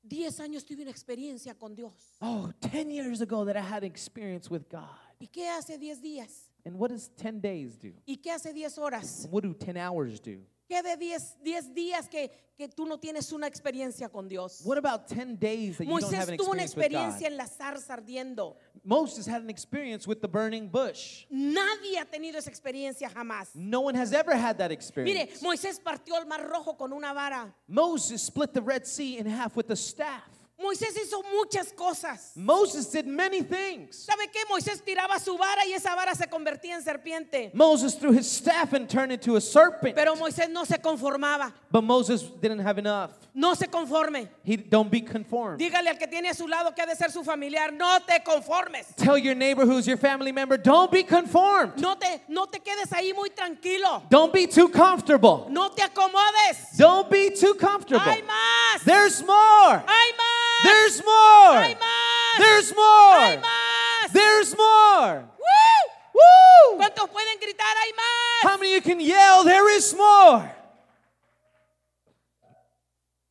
B: 10 años tuve una experiencia con Dios.
C: Oh, 10 years ago that I had experience with God.
B: ¿Y qué hace 10 días?
C: And what does 10 days do?
B: ¿Y qué hace 10 horas?
C: What do 10 hours do?
B: ¿Qué de 10, 10 días que, que tú no tienes una experiencia con Dios?
C: What about 10 days that you don't have an
B: Moisés tuvo una
C: experience with God?
B: experiencia en la zarza ardiendo.
C: Moses had an experience with the burning bush.
B: Nadie ha tenido esa experiencia jamás.
C: No one has ever had that
B: Mire,
C: experience.
B: Moisés partió el mar rojo con una vara.
C: Moses split the Red Sea in half with a staff.
B: Moisés hizo muchas cosas.
C: Moses did many things.
B: ¿Sabe qué? Moisés tiraba su vara y esa vara se convertía en serpiente.
C: Moses threw his staff and turned into a serpent.
B: Pero Moisés no se conformaba.
C: But Moses didn't have enough.
B: No se conforme.
C: He don't be conformed.
B: Dígale al que tiene a su lado que ha de ser su familiar, no te conformes.
C: Tell your neighbor who's your family member, don't be conformed.
B: No te, no te quedes ahí muy tranquilo.
C: Don't be too comfortable.
B: No te acomodes.
C: Don't be too comfortable.
B: Hay más.
C: There's more.
B: Hay más.
C: There's more.
B: Hay más.
C: There's
B: Hay
C: more.
B: más.
C: There's more.
B: ¡Woo!
C: Woo!
B: ¿Cuántos pueden gritar? Hay más.
C: How many of you can yell, there is more?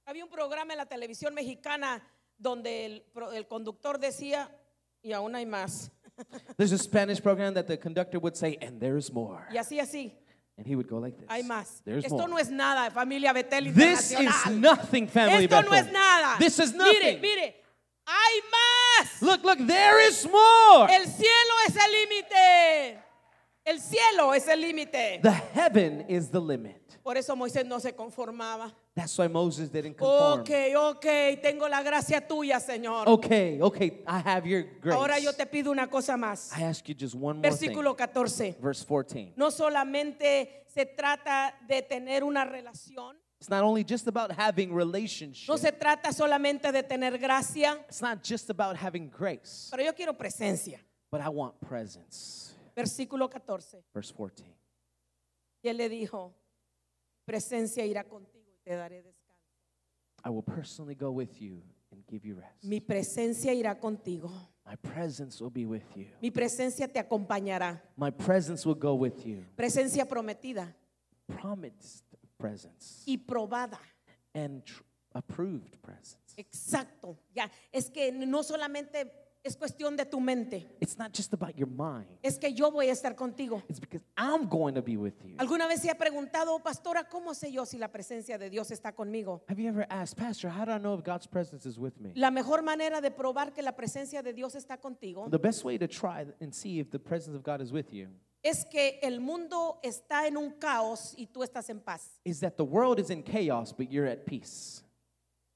B: Había un programa en la televisión mexicana donde el, pro- el conductor decía, y aún hay más.
C: There's a Spanish program that the conductor would say, and there's more.
B: Y así, así.
C: And he would go like this.
B: Hay más.
C: There's
B: Esto
C: more.
B: no es nada, familia Betel
C: this is
B: Internacional.
C: nothing, family
B: Esto no
C: Bethel.
B: es nada.
C: This is
B: Mire,
C: nothing.
B: mire, hay más.
C: Look, look, there is more.
B: El cielo es el límite. El cielo es el límite.
C: The heaven is the limit.
B: Por eso Moisés no se conformaba.
C: That's why Moses didn't conform.
B: Ok, ok, tengo la gracia tuya, Señor.
C: okay, okay, I have your grace.
B: Ahora yo te pido una cosa más.
C: I ask you just one more
B: Versículo 14.
C: thing. Verse 14.
B: No solamente se trata de tener una relación,
C: It's not only just about having relationship.
B: no se trata solamente de tener gracia,
C: It's not just about having grace,
B: pero yo quiero presencia.
C: but I want presence.
B: Versículo 14.
C: Verse 14.
B: Y él le dijo, presencia irá contigo y te daré descanso.
C: I will personally go with you and give you rest.
B: Mi presencia irá contigo.
C: My presence will be with you.
B: Mi presencia te acompañará.
C: My presence will go with you.
B: Presencia prometida
C: Promised presence
B: y probada.
C: and tr- approved presence.
B: Exacto. Ya, es que no solamente es cuestión de tu mente,
C: It's not just about your mind.
B: es que yo voy a estar contigo.
C: It's because I'm going to be with you.
B: ¿Alguna vez se ha preguntado, "Oh, pastora, cómo sé yo si la presencia de Dios está conmigo?
C: Have you ever asked, Pastor, how do I know if God's presence is with me?
B: La mejor manera de probar que la presencia de Dios está contigo
C: The best way to try and see if the presence of God is with you
B: es que el mundo está en un caos y tú estás en paz.
C: is that the world is in chaos, but you're at peace.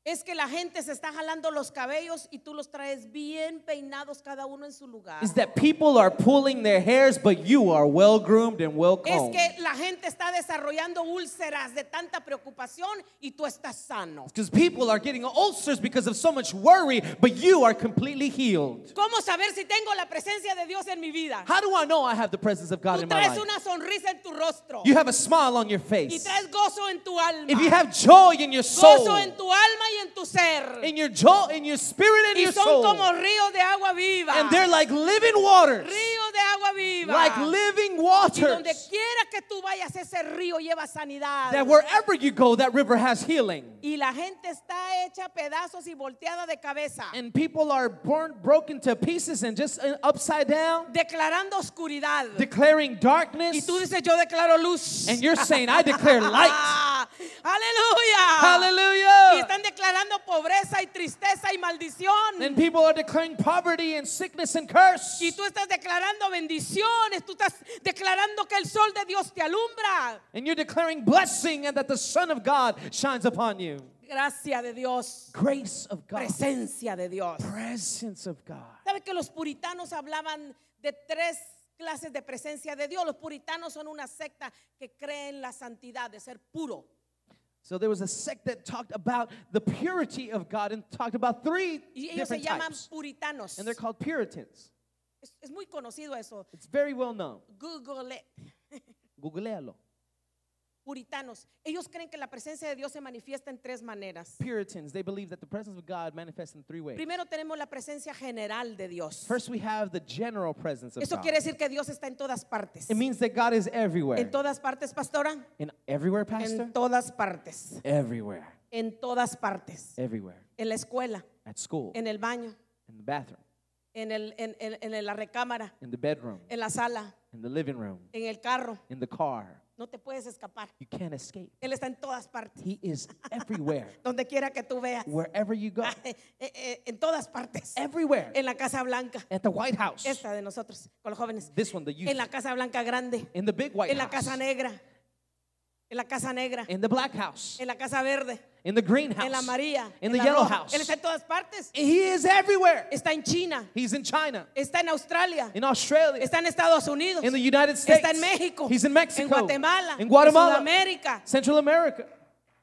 B: Es que la gente se está jalando los cabellos y tú los traes bien peinados cada uno en su lugar.
C: Is that people are pulling their hairs, but you are well groomed and well
B: Es
C: combed.
B: que la gente está desarrollando úlceras de tanta preocupación y tú estás sano.
C: Because people are getting ulcers because of so much worry, but you are completely healed.
B: ¿Cómo saber si tengo la presencia de Dios en mi vida?
C: How do I know I have the presence of God
B: Tú
C: in my
B: traes
C: life?
B: una sonrisa en tu rostro
C: You have a smile on your
B: y
C: face.
B: traes gozo en tu alma.
C: If you have joy in your
B: Gozo
C: soul,
B: en tu alma y y en tu ser.
C: in your jaw, in your spirit, and
B: Y
C: your
B: son
C: soul.
B: como ríos de agua viva.
C: and they're like living waters,
B: Ríos de agua viva.
C: like living
B: y
C: waters.
B: donde quiera que tú vayas, ese río lleva sanidad.
C: That wherever you go, that river has healing.
B: Y la gente está hecha a pedazos y volteada de cabeza.
C: And people are born, broken to pieces and just uh, upside down,
B: declarando oscuridad.
C: declaring
B: y
C: darkness.
B: tú dices, yo declaro luz.
C: And you're saying, I declare light.
B: Ah, Aleluya. Y
C: Hallelujah.
B: están declarando pobreza y tristeza y maldición.
C: And people are declaring poverty and sickness and curse.
B: y tú estás declarando bendiciones, tú estás declarando que el sol de Dios te alumbra.
C: And you're declaring blessing and that the Son of God shines upon you.
B: Gracia de Dios,
C: Grace of God.
B: presencia de Dios.
C: Presence of God.
B: ¿Sabe que los puritanos hablaban de tres clases de presencia de Dios? Los puritanos son una secta que cree en la santidad, de ser puro.
C: So there was a sect that talked about the purity of God and talked about three
B: Y ellos se
C: different
B: llaman
C: types.
B: puritanos.
C: And they're called Puritans.
B: Es, es muy conocido eso.
C: It's very well known.
B: Google it.
C: Googlealo.
B: Puritanos. Ellos creen que la presencia de Dios se manifiesta en tres maneras.
C: Puritans, they believe that the presence of God manifests in three ways.
B: Primero tenemos la presencia general de Dios.
C: First, we have the general presence of
B: Eso
C: God.
B: quiere decir que Dios está en todas partes.
C: It means that God is everywhere.
B: En todas partes, pastora.
C: In everywhere, Pastor?
B: En todas partes.
C: Everywhere.
B: En todas partes.
C: Everywhere.
B: En la escuela,
C: At school.
B: en el baño,
C: In the bathroom.
B: en, el, en, en- en la recámara,
C: In the bedroom.
B: en la sala,
C: In the living room.
B: en el carro.
C: In the car.
B: No te puedes escapar.
C: You can't escape.
B: Él está en todas partes.
C: He is everywhere.
B: Donde quiera que tú veas.
C: Wherever you go.
B: Eh, eh, eh, En todas partes.
C: Everywhere.
B: En la Casa Blanca.
C: At the White House.
B: Esta de nosotros, con los jóvenes.
C: This one, the youth.
B: En la Casa Blanca Grande.
C: In the big White
B: En la
C: House.
B: Casa Negra. En la Casa Negra.
C: In the black house.
B: En la Casa Verde.
C: In the green house.
B: En la María. en
C: In the
B: la
C: yellow
B: roja.
C: house.
B: Él está en todas partes.
C: He is everywhere.
B: Está en China.
C: He's in China.
B: Está en Australia.
C: In Australia.
B: Está en Estados Unidos.
C: In the United States.
B: Está en México.
C: He's in Mexico.
B: En Guatemala.
C: In Guatemala.
B: Sudamérica.
C: Central America.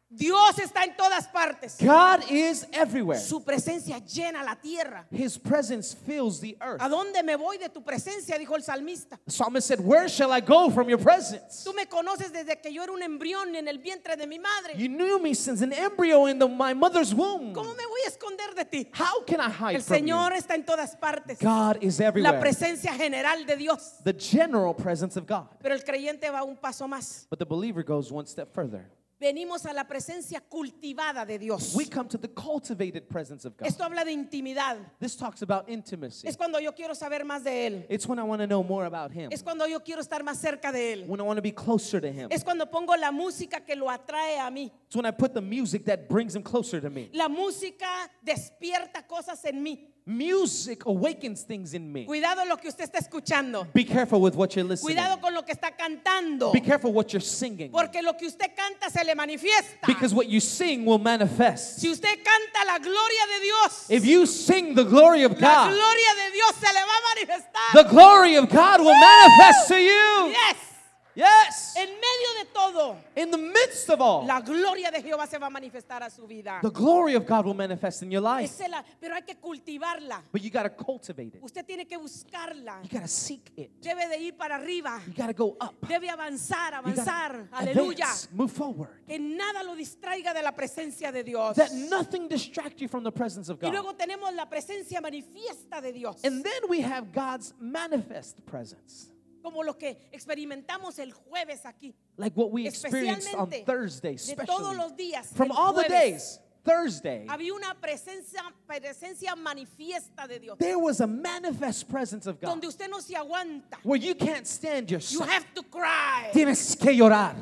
B: Dios está en todas partes.
C: God is everywhere.
B: Su presencia llena la tierra.
C: His presence fills the earth.
B: ¿A dónde me voy de tu presencia? Dijo el salmista.
C: The psalmist said, Where shall I go from your presence?
B: Tú me conoces desde que yo era un embrión en el vientre de mi madre.
C: You knew me since an embryo in the, my mother's womb.
B: ¿Cómo me voy a esconder de ti?
C: How can I hide
B: El
C: from
B: Señor está en todas partes.
C: you? God is
B: La
C: everywhere.
B: presencia general de Dios.
C: the general presence of God.
B: Pero el creyente va un paso más.
C: But the believer goes one step further.
B: Venimos a la presencia cultivada de Dios.
C: We come to the cultivated presence of God.
B: Esto habla de intimidad.
C: this talks about intimacy.
B: Es cuando yo quiero saber más de Él.
C: It's when I want to know more about Him.
B: Es cuando yo quiero estar más cerca de Él.
C: when I want to be closer to Him.
B: Es cuando pongo la música que lo atrae a mí.
C: it's when I put the music that brings Him closer to me.
B: La música despierta cosas en mí.
C: Music awakens things in me.
B: Cuidado lo que usted está escuchando.
C: Be careful with what you're listening.
B: Cuidado con lo que está cantando.
C: Be careful what you're singing.
B: Porque lo que usted canta se le manifiesta.
C: Because what you sing will manifest.
B: Si usted canta la gloria de Dios,
C: If you sing the glory
B: la
C: of God,
B: gloria de Dios se le va a manifestar.
C: the glory of God will manifest to you.
B: Yes.
C: Yes.
B: En medio de todo,
C: In the midst of all,
B: la gloria de Jehová se va a manifestar a su vida.
C: the glory of God will manifest in your life.
B: Esa es la- pero hay que cultivarla.
C: But you got to cultivate it.
B: Usted tiene que buscarla.
C: You got to seek it.
B: Debe de ir para arriba.
C: You got to go up.
B: Debe avanzar,
C: You gotta
B: avanzar. Aleluya.
C: advance, Move forward.
B: Que nada lo distraiga de la presencia de Dios.
C: That nothing distract you from the presence of
B: Y
C: God.
B: luego tenemos la presencia manifiesta de Dios.
C: And then we have God's manifest presence.
B: Como lo que experimentamos el jueves aquí.
C: Like what we experienced on
B: Especialmente
C: Thursday,
B: de todos
C: especially.
B: los días.
C: From
B: el
C: all the
B: jueves,
C: days, Thursday,
B: Había una presencia, presencia manifiesta de Dios.
C: there was a manifest presence of God
B: Donde usted no se aguanta.
C: where you can't stand
B: You
C: yourself.
B: have to cry.
C: Tienes que llorar.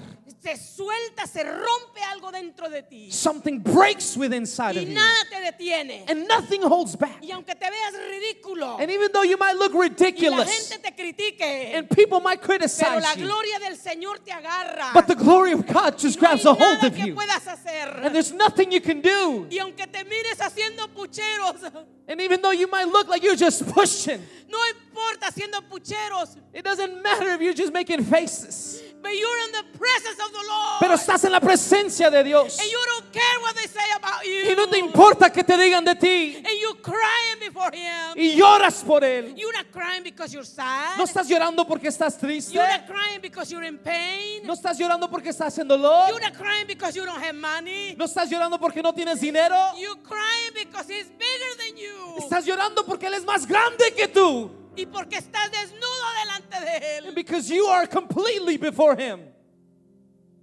B: Se suelta, se rompe algo dentro de ti.
C: Something breaks with inside
B: Y
C: of you,
B: nada te detiene.
C: and nothing holds back.
B: Y aunque te veas ridículo.
C: And even though you might look
B: Y la gente
C: ridiculous,
B: te critique.
C: and people might
B: Pero
C: criticize
B: la
C: you,
B: gloria del Señor te agarra.
C: but the glory of God just
B: no hay
C: grabs a hold
B: nada
C: of
B: que
C: you.
B: puedas
C: And
B: hacer.
C: there's nothing you can do.
B: Y aunque te mires haciendo pucheros,
C: And even though you might look like you're just pushing,
B: no importa haciendo pucheros.
C: it doesn't matter if you're just making faces.
B: But you're in the presence of the Lord.
C: Pero estás en la presencia de Dios.
B: and you don't care what they say about you.
C: Y no te importa que te digan de ti.
B: And you you crying before him.
C: y lloras por él.
B: You're not crying because you're sad.
C: No estás llorando porque estás triste.
B: You're not crying because you're in pain.
C: No estás llorando porque estás en dolor.
B: You're not crying because you don't have money.
C: No estás llorando porque no tienes dinero.
B: You're crying because he's bigger than you.
C: Estás llorando porque él es más grande que tú.
B: Y porque estás desnudo delante de
C: And
B: él.
C: because you are completely before him.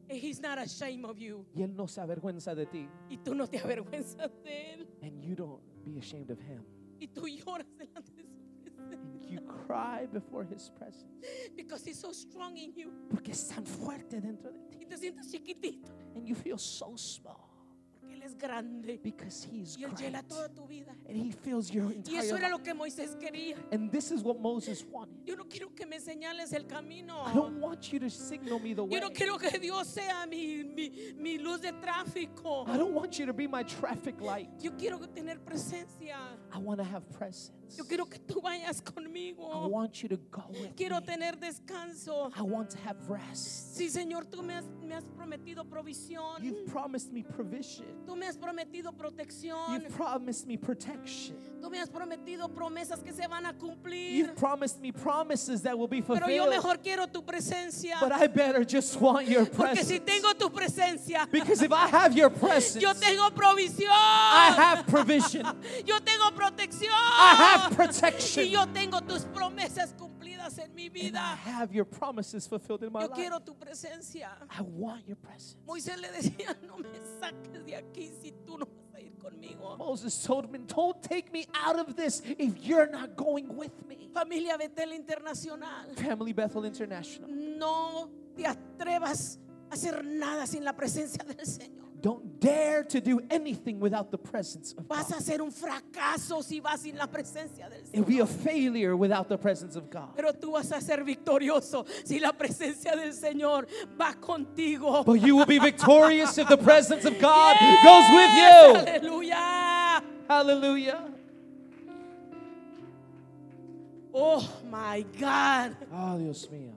B: And he's not ashamed of you.
C: Y él no se avergüenza de ti.
B: Y tú no te avergüenzas de él.
C: And you don't be ashamed of him.
B: Y tú lloras delante de su presencia.
C: And you cry before his presence.
B: Because he's so strong in you.
C: Porque es tan fuerte dentro de ti.
B: Y te sientes chiquitito.
C: And you feel so small.
B: Porque él es grande.
C: Because he is
B: Y él
C: great.
B: llena toda tu vida.
C: And he fills your
B: Y eso
C: entire
B: era
C: life.
B: lo que Moisés quería.
C: And this is what Moses wanted.
B: Yo no quiero que me señales el camino.
C: I don't want you to signal me the way.
B: Yo no quiero que Dios sea mi, mi, mi luz de tráfico.
C: I don't want you to be my traffic light.
B: Yo quiero tener presencia.
C: I want to have presence.
B: Yo quiero que tú vayas
C: I
B: conmigo.
C: want you to go with
B: Quiero
C: me.
B: tener descanso.
C: I want to have rest.
B: Sí, Señor, tú me has, me has prometido provisión.
C: You've promised me provision.
B: Tú me has prometido protección.
C: You've promised me protection.
B: Tú me has prometido promesas que se van a cumplir.
C: You've promised me promises that will be
B: Pero yo
C: fulfilled.
B: mejor quiero tu presencia.
C: But I better just want your
B: Porque si
C: presence.
B: tengo tu presencia,
C: Because if I have your presence,
B: yo tengo
C: I
B: provisión.
C: have provision.
B: Yo tengo protección.
C: I have protection.
B: Y yo tengo tus promesas cumplidas en mi
C: And I
B: vida.
C: have your promises fulfilled in my
B: Yo
C: life.
B: quiero tu presencia.
C: I want your presence.
B: Moisés le decía, no me saques de aquí si tú no vas a ir conmigo.
C: Moses told me, Don't take me out of this if you're not going with me.
B: Familia Betel Internacional,
C: Family Bethel International,
B: no te atrevas a hacer nada sin la presencia del Señor.
C: don't dare to do anything without the presence of
B: Vas a
C: God.
B: ser un fracaso si vas sin la presencia del
C: It'll be
B: Señor.
C: a failure without the presence of God.
B: Pero tú vas a ser victorioso si la presencia del Señor va contigo.
C: But you will be victorious if the presence of God
B: Yes,
C: goes with you.
B: Aleluya.
C: Hallelujah.
B: Oh my God.
C: Oh, Dios mío.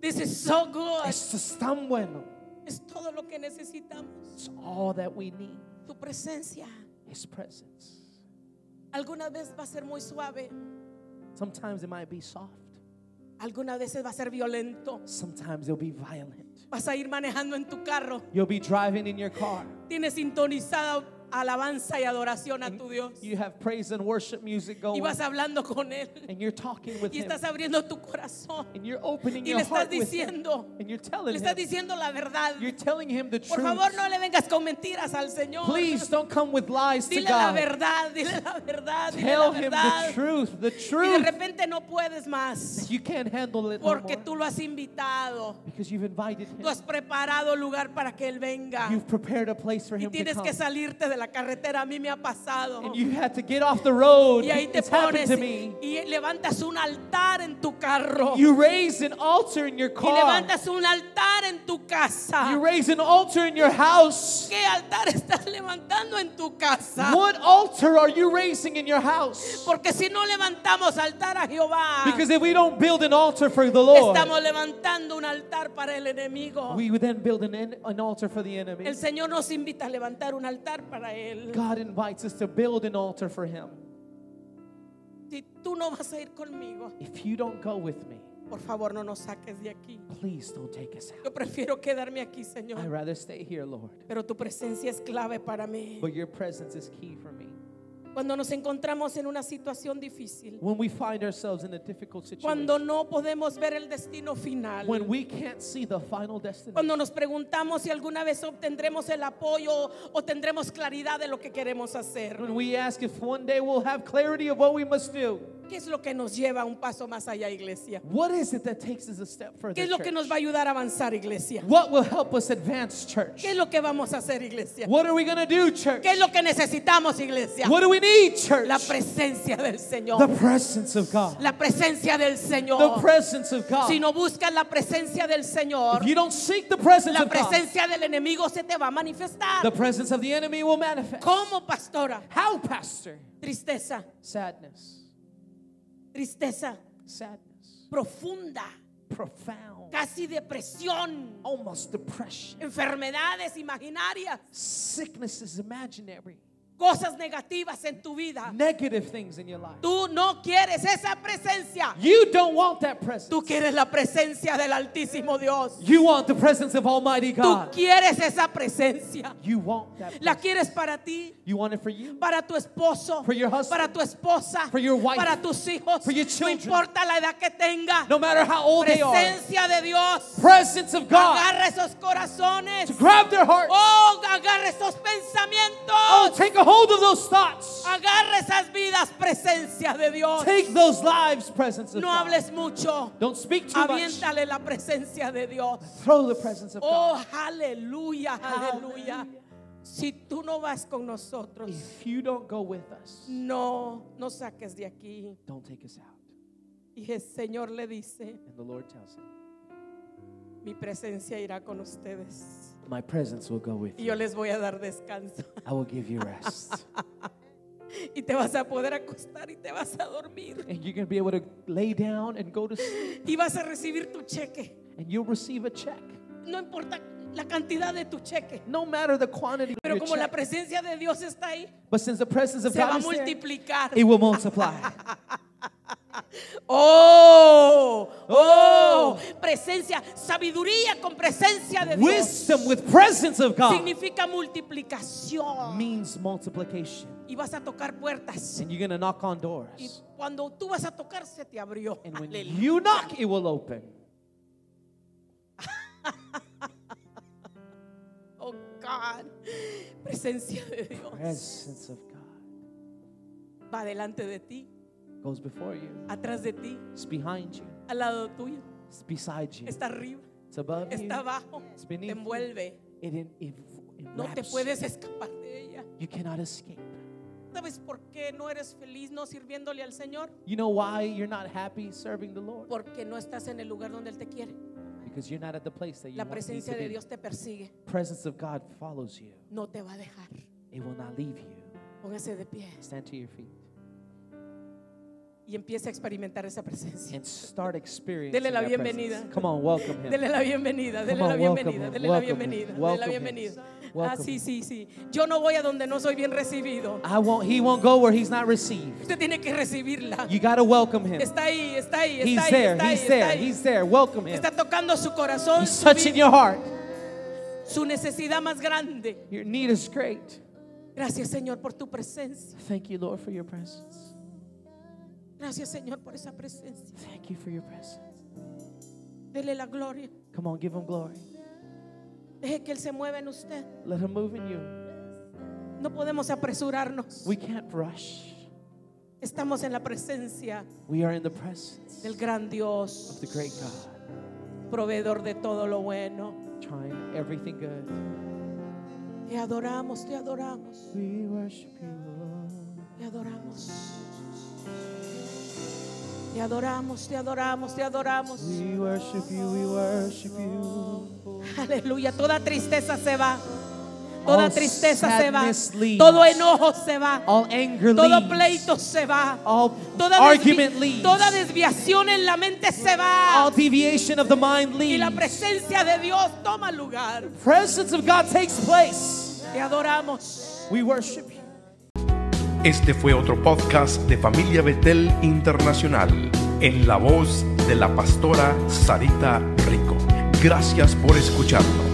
B: This is so good.
C: Esto es tan bueno.
B: Es todo lo que necesitamos.
C: It's all that we need.
B: Tu presencia.
C: His presence.
B: Algunas veces va a ser muy suave.
C: Sometimes it might be soft.
B: Algunas veces va a ser violento.
C: Sometimes it'll be violent.
B: Vas a ir manejando en tu carro.
C: You'll be driving in your car.
B: Tienes sintonizada alabanza y adoración a tu Dios.
C: You have praise and worship music
B: Y
C: going.
B: vas hablando con Él.
C: And you're talking with
B: Y
C: him.
B: estás abriendo tu corazón.
C: And you're opening
B: Y
C: your
B: le estás
C: heart with him.
B: diciendo.
C: And you're
B: Le
C: telling
B: estás
C: him.
B: diciendo la verdad.
C: You're telling him the
B: Por
C: truth.
B: favor, no le vengas con mentiras al Señor.
C: Please don't come with lies to
B: Dile la
C: God.
B: verdad, dile la verdad, dile la
C: Tell him the
B: verdad.
C: truth. The
B: Y de
C: truth.
B: repente no puedes más
C: You can't handle it no
B: porque
C: more.
B: tú lo has invitado.
C: because you've invited him.
B: Tú has preparado lugar para que él venga.
C: You've prepared a place for
B: Y
C: him to
B: tienes
C: come.
B: que salirte de la carretera. A mí me ha pasado.
C: and you had to get off the road.
B: Y ahí te
C: It's happened
B: pones
C: to me.
B: y levantas un altar en tu carro.
C: You raise an altar in your
B: Y
C: car.
B: levantas un altar en tu casa.
C: You raise an altar in your house.
B: ¿Qué altar estás levantando en tu casa?
C: What altar are you raising in your house?
B: Porque si no levantamos altar a Jehová,
C: Because if we don't build an altar for the Lord,
B: estamos levantando un altar para el enemigo.
C: we would then build an, en- an altar for the enemy.
B: El Señor nos invita a levantar un altar para Él.
C: God invites us to build an altar for Him.
B: Si tú no vas a ir conmigo,
C: If you don't go with me,
B: por favor no nos saques de aquí.
C: please don't take us out.
B: Yo prefiero quedarme aquí,
C: I'd
B: Señor.
C: rather stay here, Lord.
B: Pero tu presencia es clave para mí.
C: But your presence is key for me.
B: Cuando nos encontramos en una situación difícil,
C: When we find ourselves in a difficult situation,
B: cuando no podemos ver el destino final,
C: when we can't see the final destination,
B: cuando nos preguntamos si alguna vez obtendremos el apoyo o tendremos claridad de lo que queremos hacer,
C: when we ask if one day we'll have clarity of what we must do,
B: ¿qué es lo que nos lleva un paso más allá, iglesia?
C: what is it that takes us a step further?
B: ¿Qué es lo que
C: church?
B: nos va a ayudar a avanzar, iglesia?
C: What will help us advance, church?
B: ¿Qué es lo que vamos a hacer, iglesia?
C: What are we going to do, church?
B: ¿Qué es lo que necesitamos, iglesia?
C: What do we need, church?
B: La presencia del
C: The
B: Señor.
C: presence of God.
B: La presencia del
C: The
B: Señor.
C: presence of God.
B: Si no buscas la presencia del Señor,
C: If you don't seek the presence
B: la
C: of God,
B: presencia del enemigo se te va a
C: the
B: manifestar.
C: presence of the enemy will manifest.
B: ¿Cómo, pastora?
C: How, Pastor?
B: Tristeza,
C: Sadness.
B: tristeza
C: Sadness.
B: profunda,
C: Profound.
B: casi depresión,
C: Almost depression.
B: enfermedades imaginarias.
C: Sickness is imaginary.
B: cosas negativas en tu vida.
C: negative things in your life.
B: Tú no quieres esa presencia.
C: You don't want that presence.
B: Tú quieres la presencia del Altísimo Dios.
C: You want the presence of Almighty
B: Tú
C: God.
B: quieres esa presencia.
C: You want that.
B: La
C: presence.
B: quieres para ti,
C: You want it for you.
B: para tu esposo,
C: For your husband.
B: para tu esposa,
C: For your wife.
B: para tus hijos.
C: For your
B: no
C: children.
B: importa la edad que tenga.
C: No matter how old they are.
B: presencia de Dios.
C: Presence of God.
B: Agarra esos corazones.
C: To grab their heart.
B: Oh, agarra esos pensamientos.
C: Oh, take a hold of those thoughts.
B: Agarra esas vidas, presencia de Dios.
C: Take those lives, presence of
B: No
C: God.
B: hables mucho.
C: Don't speak too much.
B: Aviéntale la presencia de Dios.
C: Throw the presence of God.
B: Oh, aleluya, aleluya. Si tú no vas con nosotros,
C: If you don't go with us,
B: no nos saques de aquí.
C: don't take us out.
B: Y el Señor le dice,
C: And the Lord tells him,
B: mi presencia irá con ustedes.
C: My presence will go with
B: Y
C: you.
B: yo les voy a dar descanso.
C: I will give you rest.
B: Y te vas a poder acostar y te vas a dormir.
C: and you're going to be able to lay down and go to sleep.
B: Y vas a recibir tu cheque.
C: And you'll receive a check.
B: No importa la cantidad de tu cheque.
C: No matter the quantity of
B: Pero
C: your
B: como la
C: check.
B: presencia de Dios está ahí,
C: But since the presence of
B: se va a
C: God is there,
B: multiplicar.
C: it will multiply.
B: Oh, oh,
C: Oh.
B: presencia, sabiduría con presencia de Dios.
C: Wisdom with presence of God
B: Significa multiplicación.
C: means multiplication.
B: Y vas a tocar puertas.
C: And you're going to knock on
B: Y
C: doors.
B: cuando tú vas a tocar, se te abrió.
C: And when
B: Aleluya.
C: you knock, it will open.
B: Oh, God. Presencia de Dios
C: Presence of God
B: va delante de ti,
C: goes before you.
B: atrás de ti,
C: It's behind you.
B: al lado tuyo.
C: It's beside you.
B: Está arriba,
C: It's above you.
B: está abajo.
C: It's
B: Te
C: beneath you.
B: envuelve.
C: It en- it
B: No te
C: enwraps
B: puedes escapar de ella.
C: you. You cannot escape.
B: ¿Sabes por qué no eres feliz no sirviéndole al Señor?
C: You know why you're not happy serving the Lord?
B: Porque no estás en el lugar donde Él te quiere.
C: Because you're not at the place that you
B: La
C: want to be
B: presencia de
C: today.
B: Dios te persigue.
C: Presence of God follows you.
B: No te va a dejar.
C: It will not leave you.
B: Póngase de pie
C: Stand to your feet
B: y empieza a experimentar esa presencia.
C: and start experiencing.
B: Dele la
C: that presence.
B: bienvenida.
C: Come on, welcome him.
B: Dele la bienvenida, dele
C: on,
B: la
C: welcome
B: bienvenida,
C: him,
B: dele la
C: welcome him,
B: bienvenida, dele la
C: welcome him,
B: bienvenida. Ah,
C: welcome
B: sí,
C: him.
B: sí, sí. Yo no voy a donde no soy bien recibido.
C: I won't. He won't go where he's not received.
B: Usted tiene que recibirla.
C: You gotta welcome him.
B: Está ahí, está ahí, está
C: He's
B: ahí,
C: there.
B: está ahí,
C: He's
B: está
C: there.
B: ahí.
C: He's there. Welcome him.
B: Está tocando su corazón,
C: He's
B: su
C: touching
B: vida,
C: your heart.
B: su necesidad más grande.
C: Your need is great.
B: Gracias, Señor, por tu presencia.
C: Thank you, Lord, for your presence.
B: Gracias, Señor, por esa presencia.
C: Thank you for your presence.
B: Dele la gloria.
C: Come on, give him glory.
B: Deje que Él se mueva en usted.
C: Let him move in you.
B: No podemos apresurarnos.
C: We can't rush.
B: Estamos en la presencia
C: We are in the presence
B: del gran Dios,
C: of the great God,
B: proveedor de todo lo bueno.
C: trying everything good.
B: Te adoramos, te adoramos,
C: We worship you, Lord.
B: te adoramos. Te adoramos, te adoramos, te adoramos.
C: We worship you, we worship you.
B: Aleluya, toda tristeza se va. Toda
C: All
B: tristeza se va.
C: sadness leaves.
B: Todo enojo se va.
C: All anger
B: Todo
C: leaves.
B: pleito se va.
C: All
B: Toda, desvi-
C: argument leaves.
B: toda desviación en la mente se va.
C: All deviation of the mind
B: Y
C: leaves.
B: la presencia de Dios toma lugar.
C: presence of God takes place.
B: Te adoramos.
C: We worship you.
A: Este fue otro podcast de Familia Betel Internacional en la voz de la pastora Sarita Rico. Gracias por escucharnos.